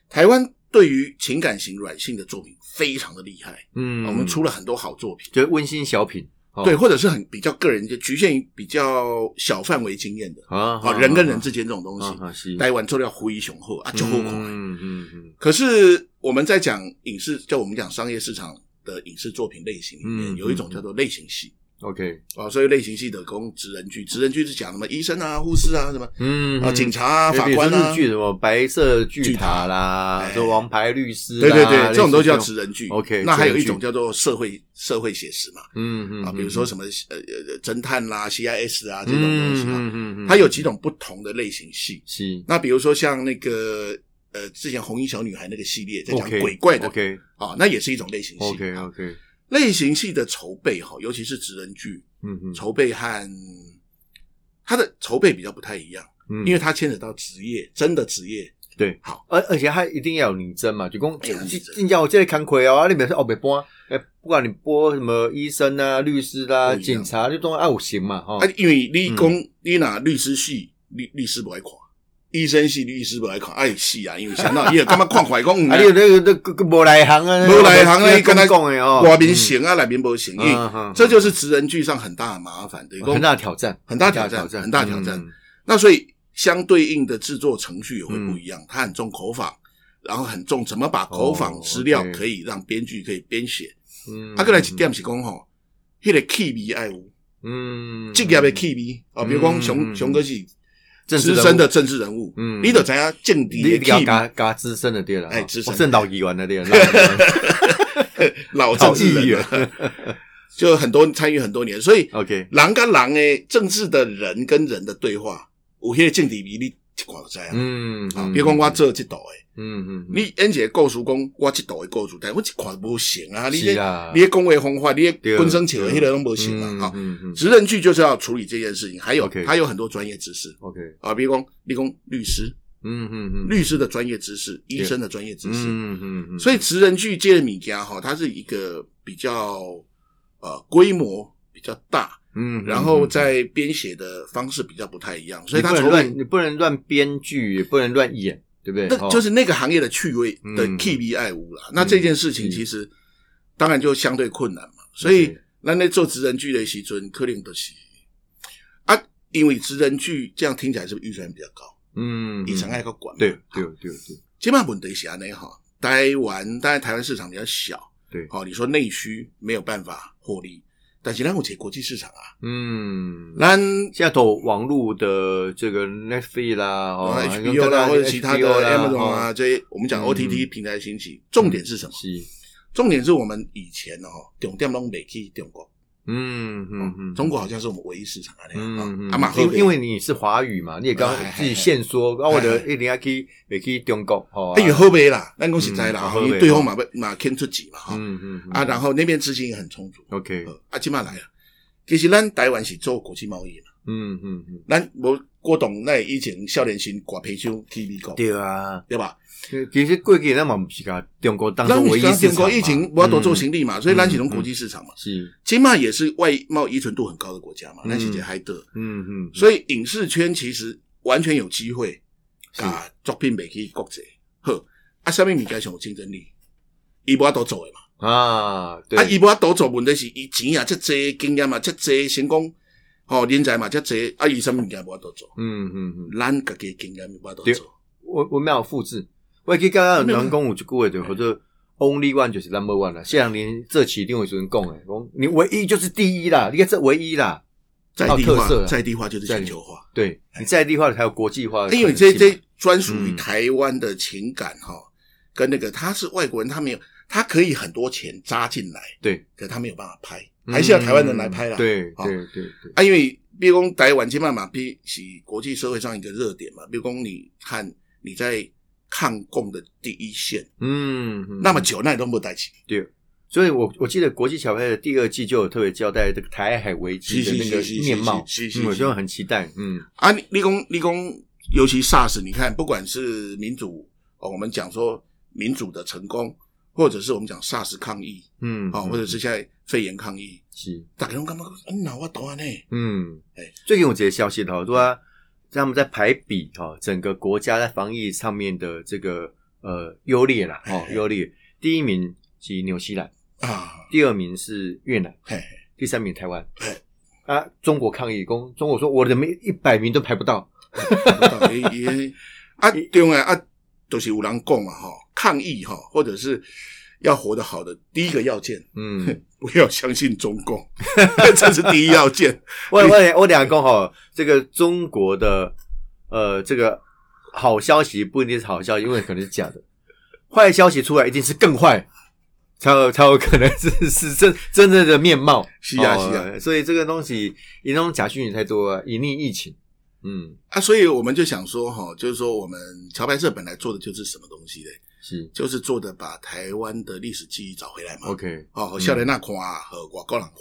[SPEAKER 2] 台湾对于情感型、软性的作品非常的厉害，
[SPEAKER 1] 嗯，
[SPEAKER 2] 我们出了很多好作品，
[SPEAKER 1] 就是温馨小品，哦
[SPEAKER 2] 对，或者是很比较个人，就局限于比较小范围经验的，
[SPEAKER 1] 啊，
[SPEAKER 2] 啊，人跟人之间这种东
[SPEAKER 1] 啊
[SPEAKER 2] 西，
[SPEAKER 1] 啊是，
[SPEAKER 2] 台湾做掉灰熊后啊，就后悔。
[SPEAKER 1] 嗯嗯嗯
[SPEAKER 2] 可是我们在讲影视，就我们讲商业市场的影视作品类型里
[SPEAKER 1] 嗯
[SPEAKER 2] 面，有一种叫做类型戏。
[SPEAKER 1] ，OK，
[SPEAKER 2] 啊，所以类型戏的供职人剧，职人剧是讲什么医生啊、护士啊什么，
[SPEAKER 1] 嗯
[SPEAKER 2] 啊，警察啊、
[SPEAKER 1] 对
[SPEAKER 2] 法
[SPEAKER 1] 比如
[SPEAKER 2] 官
[SPEAKER 1] 说
[SPEAKER 2] 啊
[SPEAKER 1] 日，剧什么白色巨
[SPEAKER 2] 巨
[SPEAKER 1] 塔
[SPEAKER 2] 塔
[SPEAKER 1] 啦，
[SPEAKER 2] 哎
[SPEAKER 1] 这王牌律师啦，
[SPEAKER 2] 对对对，
[SPEAKER 1] 类
[SPEAKER 2] 这
[SPEAKER 1] 似
[SPEAKER 2] 种都叫职人剧。
[SPEAKER 1] OK，
[SPEAKER 2] 那还有一
[SPEAKER 1] 职人
[SPEAKER 2] 种
[SPEAKER 1] 剧
[SPEAKER 2] 叫做社会社会写实嘛，
[SPEAKER 1] 嗯嗯
[SPEAKER 2] 啊，比如说什么呃呃侦探啦、CIS 啊这种东西啊，
[SPEAKER 1] 嗯嗯嗯，
[SPEAKER 2] 它有几种不同的类型戏。
[SPEAKER 1] 是
[SPEAKER 2] 那比如说像那个呃，之前红衣小女孩那个系列在讲
[SPEAKER 1] OK，
[SPEAKER 2] 鬼怪的
[SPEAKER 1] OK
[SPEAKER 2] 啊，那也是一种类型戏。
[SPEAKER 1] OK
[SPEAKER 2] 啊
[SPEAKER 1] OK，
[SPEAKER 2] 类型戏的筹备哈，尤其是职人剧
[SPEAKER 1] 嗯嗯
[SPEAKER 2] 筹备和它的筹备比较不太一样，
[SPEAKER 1] 嗯
[SPEAKER 2] 因为它牵扯到职业，真的职业。
[SPEAKER 1] 对
[SPEAKER 2] 好，
[SPEAKER 1] 而而且它一定要有拟真嘛，就讲
[SPEAKER 2] 哎有拟
[SPEAKER 1] 进
[SPEAKER 2] 真
[SPEAKER 1] 进教这个看亏啊，你表示哦别播，哎，不管你播什么医生啊、律师啦、
[SPEAKER 2] 不一样
[SPEAKER 1] 警察，就都爱有型嘛，哈
[SPEAKER 2] 啊，，因为你讲、
[SPEAKER 1] 嗯
[SPEAKER 2] 你若律师系律律师不爱看，医生系律师不爱看，爱戏啊，因为想到伊感觉看坏讲，嗯
[SPEAKER 1] 啊，你有那个那个无内行啊，
[SPEAKER 2] 无内行啊，伊
[SPEAKER 1] 跟
[SPEAKER 2] 敢
[SPEAKER 1] 他
[SPEAKER 2] 若
[SPEAKER 1] 讲的哦，
[SPEAKER 2] 外面行啊，内面无行，因
[SPEAKER 1] 嗯，
[SPEAKER 2] 为
[SPEAKER 1] 嗯嗯
[SPEAKER 2] 这就是职人剧上很大的麻烦，对
[SPEAKER 1] 很
[SPEAKER 2] 公。
[SPEAKER 1] 大的挑战，
[SPEAKER 2] 很大挑战很大挑战那所以相对应的制作程序也会不一
[SPEAKER 1] 嗯
[SPEAKER 2] 样，它很重口访，然后很重怎么把口
[SPEAKER 1] 哦
[SPEAKER 2] 访资料
[SPEAKER 1] OK
[SPEAKER 2] 可以让编剧可以编写。
[SPEAKER 1] 嗯
[SPEAKER 2] 啊，过来一，点是讲吼，迄个气味爱有，
[SPEAKER 1] 嗯，
[SPEAKER 2] 职业的气味啊，比如
[SPEAKER 1] 嗯
[SPEAKER 2] 讲
[SPEAKER 1] 嗯
[SPEAKER 2] 熊熊哥是
[SPEAKER 1] 政治
[SPEAKER 2] 资
[SPEAKER 1] 人物
[SPEAKER 2] 深的政治人物，
[SPEAKER 1] 嗯
[SPEAKER 2] 你得知影政治
[SPEAKER 1] 你
[SPEAKER 2] 的
[SPEAKER 1] 一定要
[SPEAKER 2] 气
[SPEAKER 1] 嘎
[SPEAKER 2] 味，
[SPEAKER 1] 嘎资深的对了，
[SPEAKER 2] 哎
[SPEAKER 1] 哦
[SPEAKER 2] 资深
[SPEAKER 1] 我正老议员的 对了，老议员
[SPEAKER 2] 老
[SPEAKER 1] 老
[SPEAKER 2] 政
[SPEAKER 1] 议
[SPEAKER 2] 治人
[SPEAKER 1] 员
[SPEAKER 2] 啊， 就很多参与很多年，所以
[SPEAKER 1] ，OK，
[SPEAKER 2] 人跟人的政治的人跟人的对话，有迄个政治味，你一看就知啊。
[SPEAKER 1] 嗯，
[SPEAKER 2] 啊
[SPEAKER 1] 嗯，
[SPEAKER 2] 比如讲我，做这道的，
[SPEAKER 1] 嗯嗯，嗯
[SPEAKER 2] 你演一个故事讲我这道的故事，但我一看就无行啊，你
[SPEAKER 1] 是
[SPEAKER 2] 这
[SPEAKER 1] 啦，
[SPEAKER 2] 你的讲话方法，你
[SPEAKER 1] 对
[SPEAKER 2] 的官生球迄个拢无行
[SPEAKER 1] 嗯
[SPEAKER 2] 啊。啊，
[SPEAKER 1] 嗯嗯嗯
[SPEAKER 2] 职人剧就是要处理这件事情，还有
[SPEAKER 1] OK
[SPEAKER 2] 他有很多专业知识
[SPEAKER 1] ，OK，
[SPEAKER 2] 啊，比如讲你讲律师，
[SPEAKER 1] 嗯嗯嗯，
[SPEAKER 2] 律师的专业知识，医生的专业知识，
[SPEAKER 1] 嗯嗯嗯，
[SPEAKER 2] 所以职人剧界的米家哈，它是一个比较呃规模比较大，
[SPEAKER 1] 嗯，嗯，
[SPEAKER 2] 然后在编写的方式比较不太一样，所
[SPEAKER 1] 所以
[SPEAKER 2] 以它
[SPEAKER 1] 不
[SPEAKER 2] 筹
[SPEAKER 1] 能
[SPEAKER 2] 备
[SPEAKER 1] 乱，你不能乱编剧，也不能乱演，对不对？
[SPEAKER 2] 那
[SPEAKER 1] 哦
[SPEAKER 2] 就是那个行业的趣味
[SPEAKER 1] 嗯
[SPEAKER 2] 的 K B 爱无啦。那这件事情其实当然就相对困难嘛，所以那那做职人剧的时阵，柯林的是啊，因为职人剧这样听起来是不是预算比较高？
[SPEAKER 1] 嗯，嗯
[SPEAKER 2] 以前爱个管嘛
[SPEAKER 1] 对对对对，
[SPEAKER 2] 基本上问题是安尼哈，台湾当然台湾市场比较小，
[SPEAKER 1] 对
[SPEAKER 2] 好、你说内需没有办法获利，但是咱有一个国际市场啊，
[SPEAKER 1] 嗯。
[SPEAKER 2] 咱
[SPEAKER 1] 现在走网络的这个 Netflix 啦，哦
[SPEAKER 2] 呃 HBO 啦或者其他的
[SPEAKER 1] HBO 啦
[SPEAKER 2] Amazon 啊
[SPEAKER 1] 哦
[SPEAKER 2] 这些，我们
[SPEAKER 1] 嗯
[SPEAKER 2] 讲 OTT 平台兴起，重点是什么？
[SPEAKER 1] 是，
[SPEAKER 2] 重点是我们以前哦，重点拢没去中国，
[SPEAKER 1] 嗯嗯嗯，
[SPEAKER 2] 哦中国好像是我们唯一市场啊，
[SPEAKER 1] 嗯，嗯
[SPEAKER 2] 啊啊嘛，
[SPEAKER 1] 因
[SPEAKER 2] 好
[SPEAKER 1] 为因为你是华语嘛，你也刚
[SPEAKER 2] 哎
[SPEAKER 1] 自己现说，啊，我的一定要去，也去中国，哦，
[SPEAKER 2] 哎，有后背啦，咱讲实在
[SPEAKER 1] 嗯
[SPEAKER 2] 啦，哦
[SPEAKER 1] 好
[SPEAKER 2] 因
[SPEAKER 1] 买
[SPEAKER 2] 为对方嘛不嘛肯出钱嘛哈，
[SPEAKER 1] 嗯嗯嗯
[SPEAKER 2] 啊，然后那边资金也很充足，
[SPEAKER 1] ，OK，
[SPEAKER 2] 呃啊，起码来啊，其实咱台湾是做国际贸易嘛。
[SPEAKER 1] 嗯嗯嗯，
[SPEAKER 2] 咱无郭董那以前少年时挂培训去美国，
[SPEAKER 1] 对啊，
[SPEAKER 2] 对吧？
[SPEAKER 1] 其实过去咱嘛毋是甲中国当
[SPEAKER 2] 咱
[SPEAKER 1] 做唯一市
[SPEAKER 2] 中
[SPEAKER 1] 场
[SPEAKER 2] 国
[SPEAKER 1] 嘛
[SPEAKER 2] 疫情我多做
[SPEAKER 1] 嗯
[SPEAKER 2] 行李嘛，所以咱是从国际市场嘛。
[SPEAKER 1] 是，
[SPEAKER 2] 金马也是外贸依存度很高的国家嘛，
[SPEAKER 1] 嗯
[SPEAKER 2] 咱是一个海岛，
[SPEAKER 1] 嗯嗯，
[SPEAKER 2] 所以影视圈其实完全有机会把作品卖去国际。好，啊，什么物件上有竞争力？伊无法度做诶嘛，
[SPEAKER 1] 啊，对，
[SPEAKER 2] 啊，伊无法度做，问题是伊钱啊，遮济经验嘛，遮济成功，吼、人才嘛，遮济，啊，伊什么物件无法度做？
[SPEAKER 1] 嗯嗯嗯，
[SPEAKER 2] 咱家己的经验无法度
[SPEAKER 1] 对哦
[SPEAKER 2] 做。
[SPEAKER 1] 我我没有复制，我记刚刚人讲有一句话就叫做 “only one” 就是 number one 啦。谢长林这期一定有时阵讲诶，讲你唯一就是第一啦，你看这唯一啦，
[SPEAKER 2] 在地
[SPEAKER 1] 要有特色
[SPEAKER 2] 化，
[SPEAKER 1] 啊
[SPEAKER 2] 在地化就是全球化。啊
[SPEAKER 1] 对你在地化的才有国际化的可能
[SPEAKER 2] 因
[SPEAKER 1] 性嘛，
[SPEAKER 2] 为这这专属于
[SPEAKER 1] 嗯
[SPEAKER 2] 台湾的情感哈、跟那个他是外国人，他没有，他可以很多钱扎进来，
[SPEAKER 1] 对，
[SPEAKER 2] 可他没有办法拍，还是要台湾人来
[SPEAKER 1] 嗯
[SPEAKER 2] 拍啦。
[SPEAKER 1] 对
[SPEAKER 2] 好
[SPEAKER 1] 对对对，
[SPEAKER 2] 啊，因为毕公台湾金曼马毕是国际社会上一个热点嘛，毕公你看你在抗共的第一线，
[SPEAKER 1] 嗯，嗯
[SPEAKER 2] 那么久那你都没有带起，
[SPEAKER 1] 对。所以我，我记得《国际小拍的第二季就有特别交代这个台海危机的
[SPEAKER 2] 是是
[SPEAKER 1] 那个
[SPEAKER 2] 是是
[SPEAKER 1] 面貌，
[SPEAKER 2] 是是
[SPEAKER 1] 嗯我
[SPEAKER 2] 是
[SPEAKER 1] 就很期待。嗯
[SPEAKER 2] 啊，你立功立功，尤其 SARS，你看，不管是民主，哦，我们讲说民主的成功，或者是我们讲 SARS 抗议，
[SPEAKER 1] 嗯，
[SPEAKER 2] 哦，
[SPEAKER 1] 嗯
[SPEAKER 2] 或者是现在肺炎抗议，
[SPEAKER 1] 是
[SPEAKER 2] 大家都感觉嗯，那我懂啊呢，
[SPEAKER 1] 嗯
[SPEAKER 2] 哎，
[SPEAKER 1] 最近有这些消息好多啊，他们在排比哈、哦，整个国家在防疫上面的这个呃优劣啦，哦
[SPEAKER 2] 哎
[SPEAKER 1] 优劣，第一名是纽西兰，
[SPEAKER 2] 啊，
[SPEAKER 1] 第二名是越南，
[SPEAKER 2] 嘿，
[SPEAKER 1] 第三名台湾
[SPEAKER 2] 哎。
[SPEAKER 1] 啊，中国抗议工，中国说我的每一百名都排不到，
[SPEAKER 2] 到底也 啊，对外啊，都是有人讲嘛，哈，抗议哈，或者是要活得好的第一个要件，
[SPEAKER 1] 嗯，
[SPEAKER 2] 不要相信中共， 这是第一要件。
[SPEAKER 1] 我我我两个哈，这个中国的呃这个好消息不一定是好消息，因为可能是假的，坏消息出来一定是更坏，才有才有可能是是真真正的面貌。
[SPEAKER 2] 是啊
[SPEAKER 1] 哦
[SPEAKER 2] 是啊
[SPEAKER 1] 所以这个东西，因为假讯息太多啊了，隐匿疫情，嗯，
[SPEAKER 2] 啊，所以我们就想说，哈，就是说我们桥牌社本来做的就是什么东西嘞？
[SPEAKER 1] 是
[SPEAKER 2] 就是做的把台湾的历史记忆找回来嘛。
[SPEAKER 1] OK，
[SPEAKER 2] 哦，笑脸那看和外国人看。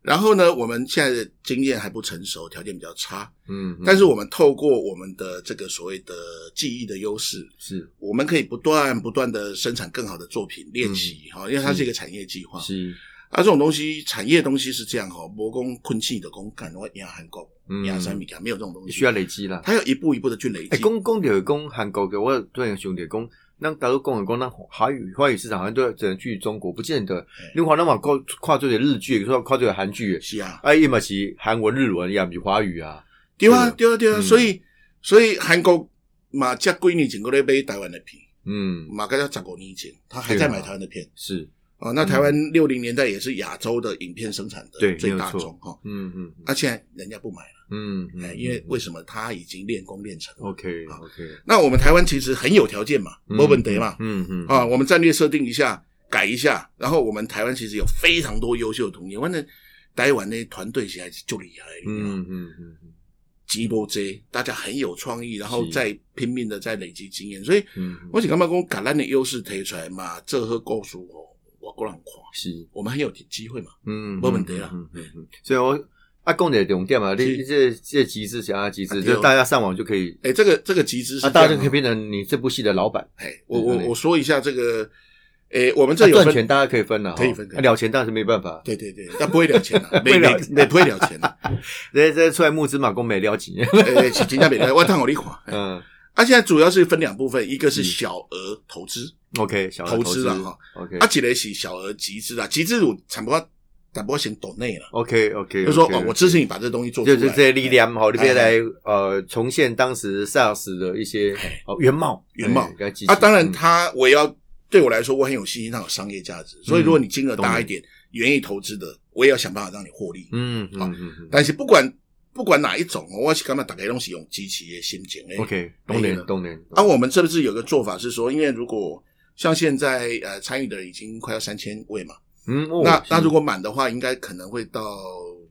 [SPEAKER 2] 然后呢，我们现在的经验还不成熟，条件比较差，
[SPEAKER 1] 嗯，
[SPEAKER 2] 但是我们透过我们的这个所谓的记忆的优势，
[SPEAKER 1] 是
[SPEAKER 2] 我们可以不断不断的生产更好的作品，练习哈、因为它是一个产业计划。
[SPEAKER 1] 嗯是，
[SPEAKER 2] 啊，这种东西，产业东西是这样哈、哦，魔工困气的工干，我赢韩国，赢三
[SPEAKER 1] 嗯，
[SPEAKER 2] 米干，没有这种东西，
[SPEAKER 1] 需要累积啦。
[SPEAKER 2] 它要一步一步的去累
[SPEAKER 1] 哎，
[SPEAKER 2] 积。
[SPEAKER 1] 公公有公韩国的，我突然想到讲，那大陆公有公，那华语华语市场好像都只能去中国，不见得。你华那往跨跨做点日剧，说跨做点韩剧，
[SPEAKER 2] 是啊，
[SPEAKER 1] 哎，伊嘛是韩文、日文，也不是华语啊。
[SPEAKER 2] 对啊，
[SPEAKER 1] 嗯
[SPEAKER 2] 对啊，对啊，
[SPEAKER 1] 嗯
[SPEAKER 2] 所以所以韩国嘛，这几年前过来买台湾的片，
[SPEAKER 1] 嗯，
[SPEAKER 2] 马该要十五年前，他还在买台湾的片
[SPEAKER 1] 是，
[SPEAKER 2] 啊、哦那台湾六零年代也是亚洲的影片生产
[SPEAKER 1] 嗯对
[SPEAKER 2] 的最大
[SPEAKER 1] 没有错
[SPEAKER 2] 宗哈。哦
[SPEAKER 1] 嗯嗯
[SPEAKER 2] 那、现在人家不买了，
[SPEAKER 1] 嗯
[SPEAKER 2] 哎
[SPEAKER 1] 嗯，
[SPEAKER 2] 因为为什么他已经练功练成了？
[SPEAKER 1] OK
[SPEAKER 2] 好
[SPEAKER 1] OK，
[SPEAKER 2] 那我们台湾其实很有条件嘛，没问题嘛，
[SPEAKER 1] 嗯嗯，
[SPEAKER 2] 啊，我们战略设定一下，改一下，然后我们台湾其实有非常多优秀的童年，反正台湾的团队现在就厉害，你知道吗
[SPEAKER 1] 嗯嗯嗯嗯
[SPEAKER 2] 直播这大家很有创意，然后
[SPEAKER 1] 是
[SPEAKER 2] 再拼命的在累积经验，所以
[SPEAKER 1] 嗯，
[SPEAKER 2] 我想干嘛讲橄榄的优势推出来嘛，这和告诉我，我个人看，
[SPEAKER 1] 是，
[SPEAKER 2] 我们很有机会嘛。
[SPEAKER 1] 嗯，
[SPEAKER 2] 没问题啦
[SPEAKER 1] 嗯嗯嗯，所以我啊，讲的重点嘛，你
[SPEAKER 2] 是
[SPEAKER 1] 这这集资想要集资，
[SPEAKER 2] 啊对
[SPEAKER 1] 就
[SPEAKER 2] 哦
[SPEAKER 1] 大家上网就可以，
[SPEAKER 2] 哎，这个这个集资是
[SPEAKER 1] 啊，大家就
[SPEAKER 2] 这样
[SPEAKER 1] 可以变成你这部戏的老板，
[SPEAKER 2] 哎，我我
[SPEAKER 1] 嗯
[SPEAKER 2] 我说一下这个，哎，我们这
[SPEAKER 1] 那
[SPEAKER 2] 有
[SPEAKER 1] 赚
[SPEAKER 2] 分
[SPEAKER 1] 钱大家可以分了，
[SPEAKER 2] 可以分
[SPEAKER 1] 哈
[SPEAKER 2] 可以
[SPEAKER 1] 啊了钱当然是没办法，
[SPEAKER 2] 对对对，但不会聊钱 啊，
[SPEAKER 1] 不会
[SPEAKER 2] 没没
[SPEAKER 1] 聊
[SPEAKER 2] 哎不会聊钱啊，
[SPEAKER 1] 这这出来募资嘛，公没了 钱，
[SPEAKER 2] 哎，是真正没聊，我当我你看。哎
[SPEAKER 1] 嗯
[SPEAKER 2] 啊，现在主要是分两部分，一个是
[SPEAKER 1] 嗯
[SPEAKER 2] 小额投资，
[SPEAKER 1] ，OK，小额
[SPEAKER 2] 投
[SPEAKER 1] 资
[SPEAKER 2] 资啦哈
[SPEAKER 1] ，OK
[SPEAKER 2] 啊，一个是小额集资啊，集资我差不多差不多先抖内了，
[SPEAKER 1] OK OK，
[SPEAKER 2] 就说哦，我支持你把这东西做出
[SPEAKER 1] 就
[SPEAKER 2] 来，
[SPEAKER 1] 是这些力量好，你别
[SPEAKER 2] 哎
[SPEAKER 1] 来呃重现当时 SARS 的一些
[SPEAKER 2] 哎
[SPEAKER 1] 哦原貌
[SPEAKER 2] 原貌
[SPEAKER 1] 哎给它记起
[SPEAKER 2] 啊，当然
[SPEAKER 1] 嗯
[SPEAKER 2] 它我也要对我来说，我很有信心，它有商业价值。所以如果你金额
[SPEAKER 1] 嗯懂
[SPEAKER 2] 大
[SPEAKER 1] 了
[SPEAKER 2] 一点，愿意投资的，我也要想办法让你获利。
[SPEAKER 1] 嗯嗯嗯
[SPEAKER 2] 但是不管不管哪一种，哦我是干嘛大概都是用积极的心情诶。
[SPEAKER 1] 嗯，OK，懂
[SPEAKER 2] 没
[SPEAKER 1] 点
[SPEAKER 2] 了
[SPEAKER 1] 懂点，
[SPEAKER 2] 啊，我们这不是有个做法是说，因为如果像现在呃参与的已经快要三千位嘛，
[SPEAKER 1] 嗯，哦
[SPEAKER 2] 那
[SPEAKER 1] 是
[SPEAKER 2] 那如果满的话，应该可能会到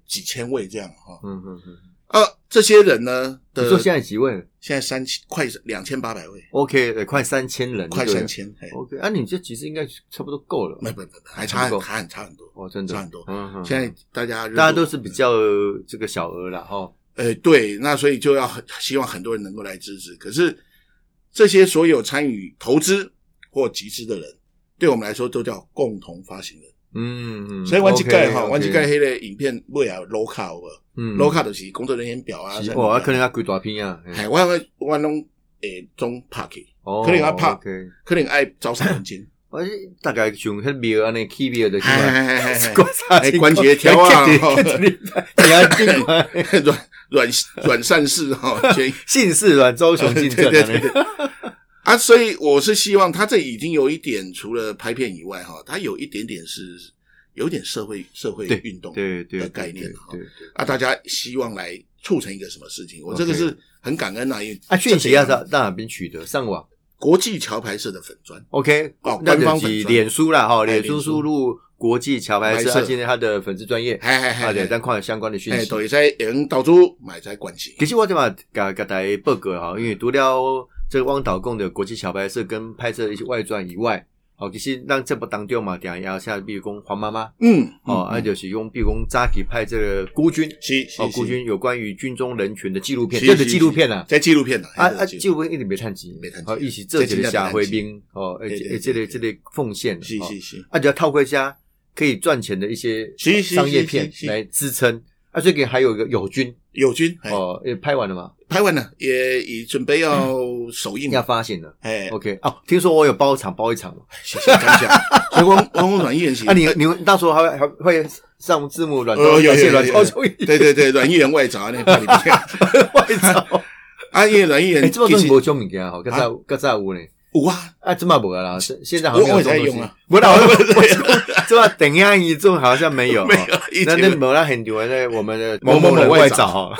[SPEAKER 2] 几千位这样哈。
[SPEAKER 1] 嗯嗯嗯，
[SPEAKER 2] 啊，这些人呢的
[SPEAKER 1] 你说现在几位
[SPEAKER 2] 现在三千快两千八百位，
[SPEAKER 1] ？OK，呃快三千人，
[SPEAKER 2] 快三。千，嘿
[SPEAKER 1] OK，啊，你这其实应该差不多够了吧
[SPEAKER 2] 没。没没，还差
[SPEAKER 1] 还不够
[SPEAKER 2] 还很差很多。
[SPEAKER 1] 哦，真的
[SPEAKER 2] 差很多
[SPEAKER 1] 嗯，嗯
[SPEAKER 2] 现在大家
[SPEAKER 1] 大家都是比较这个小额了哈。
[SPEAKER 2] 呃，对，那所以就要很希望很多人能够来支持。可是这些所有参与投资或集资的人，对我们来说都叫共同发行人。
[SPEAKER 1] 嗯，嗯
[SPEAKER 2] 所以玩几盖哈，
[SPEAKER 1] OK，OK
[SPEAKER 2] 玩几盖黑的影片未来 low 卡有无
[SPEAKER 1] 嗯
[SPEAKER 2] ？low 卡就是工作人员表啊，
[SPEAKER 1] 是
[SPEAKER 2] 什么
[SPEAKER 1] 哦，
[SPEAKER 2] 的
[SPEAKER 1] 啊可能要规大片啊，嘿
[SPEAKER 2] 哎，我我我拢诶总拍去，
[SPEAKER 1] 哦，
[SPEAKER 2] 可能要拍
[SPEAKER 1] OK
[SPEAKER 2] 可能爱招三 分钟，
[SPEAKER 1] 我是大概像迄庙安尼起庙的，
[SPEAKER 2] 哎哎哎 哎
[SPEAKER 1] 观察
[SPEAKER 2] 哎关节条啊吼
[SPEAKER 1] 你要尽快
[SPEAKER 2] 哎软软软善事 哈，全
[SPEAKER 1] 姓氏阮周雄进正，
[SPEAKER 2] 对对对啊，所以我是希望他这已经有一点，除了拍片以外哈，他有一点点是有点社会社会
[SPEAKER 1] 对
[SPEAKER 2] 运动
[SPEAKER 1] 对对
[SPEAKER 2] 的概念哈
[SPEAKER 1] 对对对
[SPEAKER 2] 啊，大家希望来促成一个什么事情，我这个
[SPEAKER 1] OK
[SPEAKER 2] 是很感恩啊，因为
[SPEAKER 1] 啊，讯息要
[SPEAKER 2] 这
[SPEAKER 1] 到
[SPEAKER 2] 样
[SPEAKER 1] 到哪边取得？上网
[SPEAKER 2] 国际桥牌社的粉砖，
[SPEAKER 1] OK，
[SPEAKER 2] 哦
[SPEAKER 1] 那
[SPEAKER 2] 官方
[SPEAKER 1] 就
[SPEAKER 2] 粉
[SPEAKER 1] 是
[SPEAKER 2] 丝
[SPEAKER 1] 脸书啦哈，
[SPEAKER 2] 哎
[SPEAKER 1] 脸
[SPEAKER 2] 脸
[SPEAKER 1] 书
[SPEAKER 2] 书
[SPEAKER 1] 输入国际桥牌社，
[SPEAKER 2] 白色
[SPEAKER 1] 啊现在他的粉丝专业，
[SPEAKER 2] 哎哎
[SPEAKER 1] 啊对，
[SPEAKER 2] 哎
[SPEAKER 1] 但看有相关的讯
[SPEAKER 2] 哎，
[SPEAKER 1] 息
[SPEAKER 2] 都。会在用到处买在关心，
[SPEAKER 1] 其实我这嘛甲甲大家报告哈，因为除了这个汪导贡的国际小白社跟拍摄的一些外传以外，哦，其实让这部当中嘛，点要像比如讲黄妈妈，
[SPEAKER 2] 嗯，
[SPEAKER 1] 哦，
[SPEAKER 2] 嗯
[SPEAKER 1] 啊就是用比如讲早期拍这个孤军，
[SPEAKER 2] 是是
[SPEAKER 1] 哦，孤
[SPEAKER 2] 是，
[SPEAKER 1] 军有关于军中人权的纪录片，
[SPEAKER 2] 是
[SPEAKER 1] 这个
[SPEAKER 2] 是
[SPEAKER 1] 纪录片啊。
[SPEAKER 2] 在纪录片的
[SPEAKER 1] 啊啊！纪录片一直没趁钱，
[SPEAKER 2] 没趁钱
[SPEAKER 1] 哦，一起做一个社会兵哦，而
[SPEAKER 2] 真的没趁
[SPEAKER 1] 且
[SPEAKER 2] 钱
[SPEAKER 1] 这
[SPEAKER 2] 对
[SPEAKER 1] 个
[SPEAKER 2] 对
[SPEAKER 1] 这个奉献，
[SPEAKER 2] 是
[SPEAKER 1] 哦
[SPEAKER 2] 是是，
[SPEAKER 1] 啊，就要透过一家可以赚钱的一些
[SPEAKER 2] 是是是
[SPEAKER 1] 商业片
[SPEAKER 2] 是是
[SPEAKER 1] 来支撑。啊，最近还有一个友军
[SPEAKER 2] 友军哎
[SPEAKER 1] 哦，也拍完了嘛，
[SPEAKER 2] 拍完了，也已准备要首映
[SPEAKER 1] 要
[SPEAKER 2] 了，
[SPEAKER 1] 发行了。
[SPEAKER 2] 哎，
[SPEAKER 1] OK，哦，听说我有包场包一场嘛？
[SPEAKER 2] 谢谢感谢， 所以我我我软艺人是
[SPEAKER 1] 啊，你你们到时候还会还会上字幕软
[SPEAKER 2] 呃
[SPEAKER 1] 装，
[SPEAKER 2] 嗯有
[SPEAKER 1] 感谢
[SPEAKER 2] 有
[SPEAKER 1] 软哦
[SPEAKER 2] 有
[SPEAKER 1] 装
[SPEAKER 2] 有
[SPEAKER 1] 综艺
[SPEAKER 2] 对对对，阮艺人外找 那怕你不见
[SPEAKER 1] 外 场。
[SPEAKER 2] 啊，因为阮艺
[SPEAKER 1] 哎，
[SPEAKER 2] 人
[SPEAKER 1] 这么啊
[SPEAKER 2] 其
[SPEAKER 1] 东
[SPEAKER 2] 实
[SPEAKER 1] 西无种物件吼，较早较早有呢。
[SPEAKER 2] 有啊，
[SPEAKER 1] 啊，这么无啦，现现在好像没
[SPEAKER 2] 我
[SPEAKER 1] 有
[SPEAKER 2] 我
[SPEAKER 1] 这种
[SPEAKER 2] 也在
[SPEAKER 1] 东西
[SPEAKER 2] 用啊。
[SPEAKER 1] 不 啦，我我我 这么等一下一种好像没有哦。
[SPEAKER 2] 没有以
[SPEAKER 1] 那
[SPEAKER 2] 前
[SPEAKER 1] 那某那很牛的，我们的
[SPEAKER 2] 某某
[SPEAKER 1] 人
[SPEAKER 2] 人
[SPEAKER 1] 外
[SPEAKER 2] 外
[SPEAKER 1] 找
[SPEAKER 2] 找
[SPEAKER 1] 哦，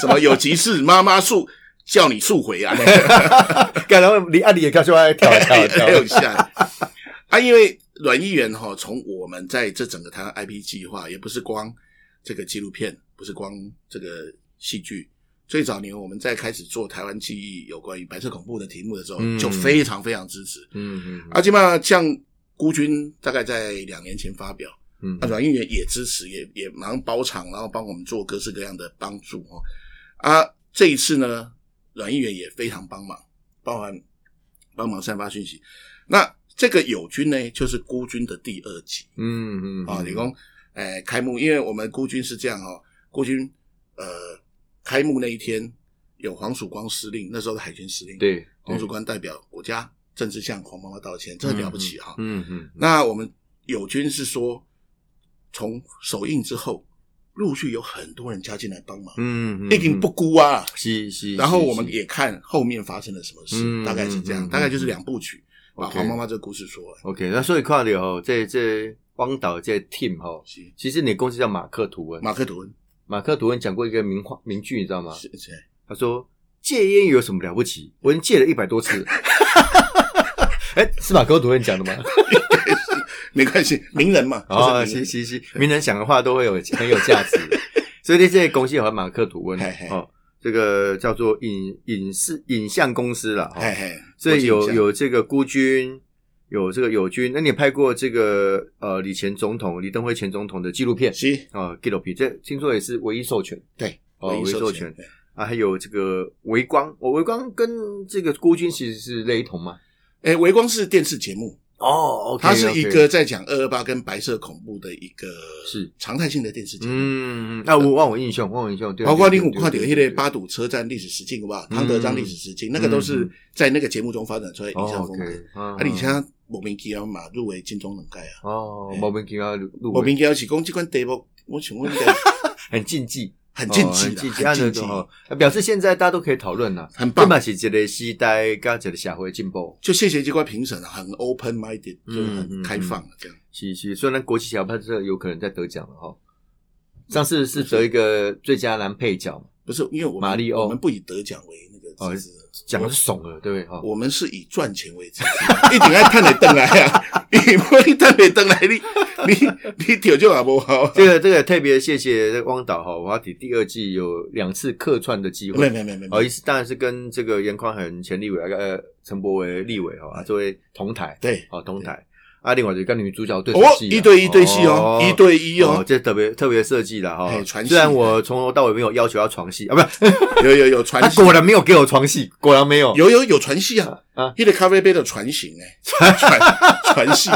[SPEAKER 2] 什么有急事妈妈速叫你速 回啊，
[SPEAKER 1] 干然后你啊你 也看出来跳跳 跳
[SPEAKER 2] 还。有下啊，因为阮议员哈，从我们在这整个台湾 IP 计划，也不是光这个纪录片，不是光这个戏剧。最早年我们在开始做台湾记忆有关于白色恐怖的题目的时候，
[SPEAKER 1] 嗯
[SPEAKER 2] 就非常非常支持。
[SPEAKER 1] 嗯嗯
[SPEAKER 2] 啊，基本上像孤军大概在两年前发表，
[SPEAKER 1] 嗯
[SPEAKER 2] 啊，阮议员也支持，也也马上包场，然后帮我们做各式各样的帮助哦。啊，这一次呢，阮议员也非常帮忙，包含帮忙散发讯息。那这个友军呢，就是孤军的第二集
[SPEAKER 1] 嗯嗯
[SPEAKER 2] 啊，李工，哎，开幕，因为我们孤军是这样哦，孤军呃，开幕那一天有黄曙光司令，那时候的海军司令，，
[SPEAKER 1] 对，
[SPEAKER 2] 黄曙光代表国家政治向黄妈妈道歉，这很了不起啊哈、
[SPEAKER 1] 嗯嗯
[SPEAKER 2] 那我们友军是说，从首映之后，陆续有很多人加进来帮忙，
[SPEAKER 1] 嗯，嗯
[SPEAKER 2] 已经不孤啊。
[SPEAKER 1] 是是。
[SPEAKER 2] 然后
[SPEAKER 1] 是
[SPEAKER 2] 我们
[SPEAKER 1] 是
[SPEAKER 2] 也看后面发生了什么
[SPEAKER 1] 嗯
[SPEAKER 2] 事，大概是
[SPEAKER 1] 嗯嗯
[SPEAKER 2] 这样，
[SPEAKER 1] 嗯
[SPEAKER 2] 大概就是两部曲把
[SPEAKER 1] OK
[SPEAKER 2] 黄妈妈这个故事说完。
[SPEAKER 1] OK，那所以看到吼，这这汪导这 team 吼，
[SPEAKER 2] 是
[SPEAKER 1] 其实你公司叫马克吐温，
[SPEAKER 2] 马克吐温
[SPEAKER 1] 马克吐温讲过一个名话名句，你知道吗？
[SPEAKER 2] 是谁？
[SPEAKER 1] 他说戒烟有什么了不起？我已经戒了一百多次。 哎，是马克吐温讲的 吗？
[SPEAKER 2] 没关系，名人嘛，
[SPEAKER 1] 哦，是
[SPEAKER 2] 就是名人
[SPEAKER 1] 是是，名人讲的话都会有很有价 值的，所以这些公司有马克吐温
[SPEAKER 2] 嘿嘿
[SPEAKER 1] 哦，这个叫做影影视影像公司哦了哈。
[SPEAKER 2] 嘿嘿，
[SPEAKER 1] 所以
[SPEAKER 2] 我
[SPEAKER 1] 有
[SPEAKER 2] 记一下
[SPEAKER 1] 有这个孤军，有这个友军。那你也拍过这个呃李前总统、李登辉前总统的纪录片
[SPEAKER 2] 是
[SPEAKER 1] 啊，纪录片这听说也是唯一授权
[SPEAKER 2] 对，
[SPEAKER 1] 哦
[SPEAKER 2] 唯一
[SPEAKER 1] 唯一授
[SPEAKER 2] 授
[SPEAKER 1] 权
[SPEAKER 2] 权，对
[SPEAKER 1] 啊，还有这个微光，我、哦、微光跟这个孤军其实是雷同嘛。
[SPEAKER 2] 哎，微光是电视节目，
[SPEAKER 1] 哦
[SPEAKER 2] 它是一个在讲二二八跟白色恐怖的一个
[SPEAKER 1] 是
[SPEAKER 2] 常态性的电视节目。
[SPEAKER 1] 嗯，嗯那我忘我印象，忘我印象，对，
[SPEAKER 2] 包括你
[SPEAKER 1] 对
[SPEAKER 2] 有看到迄个，
[SPEAKER 1] 对对对对对
[SPEAKER 2] 八堵车站历史实境，好不好？
[SPEAKER 1] 嗯
[SPEAKER 2] 唐德章历史实境，那个都是在那个节目中发展出来的影像
[SPEAKER 1] 哦
[SPEAKER 2] 风格。
[SPEAKER 1] ，OK，啊
[SPEAKER 2] 啊，而且莫名其妙嘛，入围金钟两届啊，
[SPEAKER 1] 哦，
[SPEAKER 2] 哎
[SPEAKER 1] 毛病给他录，
[SPEAKER 2] 莫名其妙是讲这款题目，我请问一下，
[SPEAKER 1] 很禁忌，
[SPEAKER 2] 很禁
[SPEAKER 1] 哦
[SPEAKER 2] 忌
[SPEAKER 1] 很
[SPEAKER 2] 的，
[SPEAKER 1] 禁忌，
[SPEAKER 2] 很
[SPEAKER 1] 禁
[SPEAKER 2] 禁
[SPEAKER 1] 忌
[SPEAKER 2] 忌，
[SPEAKER 1] 哦，表示现在大家都可以讨论了。
[SPEAKER 2] 很
[SPEAKER 1] 这
[SPEAKER 2] 棒。
[SPEAKER 1] 嘛是一个时代甲一个社会进步，
[SPEAKER 2] 就谢谢这块评审，啊很 open minded，
[SPEAKER 1] 嗯
[SPEAKER 2] 就是很开放啊这样。
[SPEAKER 1] 是是，虽然国际小拍摄有可能在得奖了哈。上次是得一个最佳男配角嘛，
[SPEAKER 2] 不是因为我们
[SPEAKER 1] 马里奥
[SPEAKER 2] 我们不以得奖为那
[SPEAKER 1] 哦
[SPEAKER 2] 个资质，
[SPEAKER 1] 奖是怂了，对不对？哈，
[SPEAKER 2] 我们是以赚钱为资质。一定要探你登来啊， 你不会探你登来，你你你跳就也不好。
[SPEAKER 1] 这个这个特别谢谢这个汪导哈，我要提第二季有两次客串的机
[SPEAKER 2] 没有
[SPEAKER 1] 会。
[SPEAKER 2] 没有没有没有
[SPEAKER 1] 哦，一，次当然是跟这个严匡衡前立委呃陈柏惟立委哈、啊作为同台
[SPEAKER 2] 对，
[SPEAKER 1] 哦同台啊，另外就跟女主角对手
[SPEAKER 2] 哦，
[SPEAKER 1] 戏啊
[SPEAKER 2] 一对一对戏哦，一对一
[SPEAKER 1] 哦
[SPEAKER 2] 哦，
[SPEAKER 1] 这特别特别设计了哈
[SPEAKER 2] 嘿。传戏
[SPEAKER 1] 虽然我从头到尾没有要求要床戏啊，不是，
[SPEAKER 2] 有有有
[SPEAKER 1] 他
[SPEAKER 2] 传
[SPEAKER 1] 果然没有给我床 戏，果然没有。
[SPEAKER 2] 有有有传戏啊
[SPEAKER 1] 啊，
[SPEAKER 2] 一个咖啡杯的船型 哎，传传戏，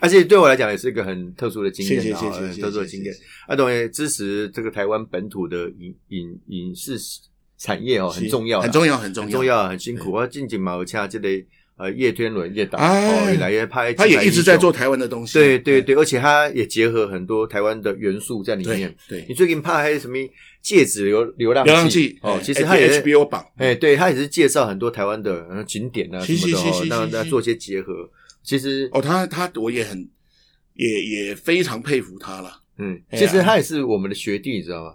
[SPEAKER 1] 而且对我来讲也是一个很特殊的经
[SPEAKER 2] 谢谢
[SPEAKER 1] 验啊，
[SPEAKER 2] 谢谢谢谢，
[SPEAKER 1] 特殊的经验
[SPEAKER 2] 谢。谢，
[SPEAKER 1] 啊，董也支持这个台湾本土的影影影视产业哦，很重要啦，
[SPEAKER 2] 很重要很重要
[SPEAKER 1] 很重要啊，很辛苦啊。近景毛恰这类呃叶天伦叶导
[SPEAKER 2] 哎
[SPEAKER 1] 哦，越来越拍，
[SPEAKER 2] 他也一直在做
[SPEAKER 1] 几
[SPEAKER 2] 台湾的东西，啊
[SPEAKER 1] 百英雄。对对对，而且他也结合很多台湾的元素在里面
[SPEAKER 2] 对。对
[SPEAKER 1] 你，最近怕还有什么戒指流流浪
[SPEAKER 2] 流浪记
[SPEAKER 1] 哦
[SPEAKER 2] 哎，
[SPEAKER 1] 其实他也是
[SPEAKER 2] HBO 榜，
[SPEAKER 1] 哎，对他也是介绍很多台湾的呃景点啊什
[SPEAKER 2] 嗯是
[SPEAKER 1] 么的
[SPEAKER 2] 是是
[SPEAKER 1] 哦
[SPEAKER 2] 是，
[SPEAKER 1] 让
[SPEAKER 2] 是
[SPEAKER 1] 大家
[SPEAKER 2] 是
[SPEAKER 1] 做一些结合。其实
[SPEAKER 2] 哦，他他我也很也也非常佩服他了。
[SPEAKER 1] 嗯，
[SPEAKER 2] 哎
[SPEAKER 1] 其
[SPEAKER 2] 呀
[SPEAKER 1] 实他也是我们的学弟，你知道吗？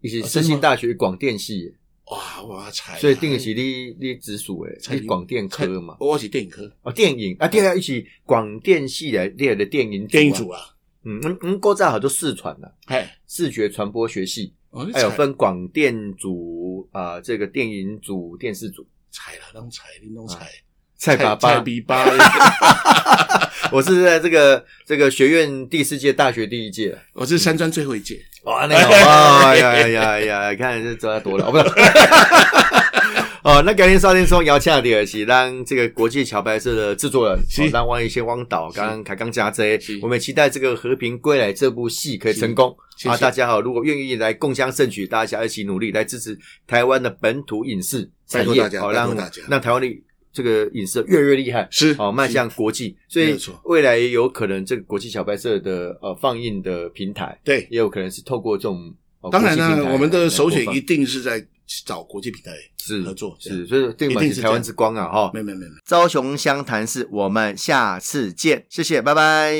[SPEAKER 1] 一起
[SPEAKER 2] 哦
[SPEAKER 1] 世
[SPEAKER 2] 真的
[SPEAKER 1] 新
[SPEAKER 2] 吗哎
[SPEAKER 1] 大学广电系，
[SPEAKER 2] 哇，我才
[SPEAKER 1] 所以定是你你直属诶，
[SPEAKER 2] 蔡
[SPEAKER 1] 你广电科嘛，
[SPEAKER 2] 我是电影科
[SPEAKER 1] 哦，电影啊，电影一起广电系来列的电影
[SPEAKER 2] 电影
[SPEAKER 1] 组
[SPEAKER 2] 组
[SPEAKER 1] 啊，
[SPEAKER 2] 啊，
[SPEAKER 1] 嗯嗯嗯，国在好多视传呐，
[SPEAKER 2] 哎，
[SPEAKER 1] 视觉传播学系，
[SPEAKER 2] 哦你
[SPEAKER 1] 还有
[SPEAKER 2] 才
[SPEAKER 1] 分广电组啊，这个电影组、电视组。
[SPEAKER 2] 才了，弄才，你弄才，
[SPEAKER 1] 啊蔡爸
[SPEAKER 2] 菜
[SPEAKER 1] 爸，
[SPEAKER 2] 逼巴嘞，
[SPEAKER 1] 我是在这个这个学院第四届大学第一届，啊
[SPEAKER 2] 我是山川最后一届，
[SPEAKER 1] 哇，那个，哎呀呀呀呀，看这走得多了，哦，不是。 哦，那感谢少天松姚恰的是让这个国际桥牌社的制作人，
[SPEAKER 2] 是
[SPEAKER 1] 哦、让汪一先汪导刚刚开刚加 J，
[SPEAKER 2] 是
[SPEAKER 1] 我们也期待这个《和平归来》这部戏可以成功
[SPEAKER 2] 是谢
[SPEAKER 1] 啊！
[SPEAKER 2] 谢
[SPEAKER 1] 大家好，如果愿意来共襄盛举，大家一起努力来支持台湾的本土影视产
[SPEAKER 2] 拜托
[SPEAKER 1] 业
[SPEAKER 2] 大，家
[SPEAKER 1] 好、
[SPEAKER 2] 拜托
[SPEAKER 1] 让
[SPEAKER 2] 大家
[SPEAKER 1] 让台湾的这个影视越来越厉害。
[SPEAKER 2] 是
[SPEAKER 1] 哦，迈
[SPEAKER 2] 是
[SPEAKER 1] 向国际，所
[SPEAKER 2] 没
[SPEAKER 1] 以
[SPEAKER 2] 有错
[SPEAKER 1] 未来也有可能这个国际小白社的呃放映的平台，
[SPEAKER 2] 对，
[SPEAKER 1] 也有可能是透过这种。呃
[SPEAKER 2] 当然
[SPEAKER 1] 国际平
[SPEAKER 2] 呢，
[SPEAKER 1] 台
[SPEAKER 2] 我们的
[SPEAKER 1] 来
[SPEAKER 2] 首
[SPEAKER 1] 播
[SPEAKER 2] 选
[SPEAKER 1] 放
[SPEAKER 2] 一定是在找国际平台
[SPEAKER 1] 是
[SPEAKER 2] 合作，这
[SPEAKER 1] 是，
[SPEAKER 2] 样，
[SPEAKER 1] 所以这个
[SPEAKER 2] 一
[SPEAKER 1] 嘛
[SPEAKER 2] 定
[SPEAKER 1] 是
[SPEAKER 2] 是
[SPEAKER 1] 台湾之光啊，哈
[SPEAKER 2] 没。有没有没有。没有
[SPEAKER 1] 朝雄湘潭市，我们下次见，谢谢，拜拜。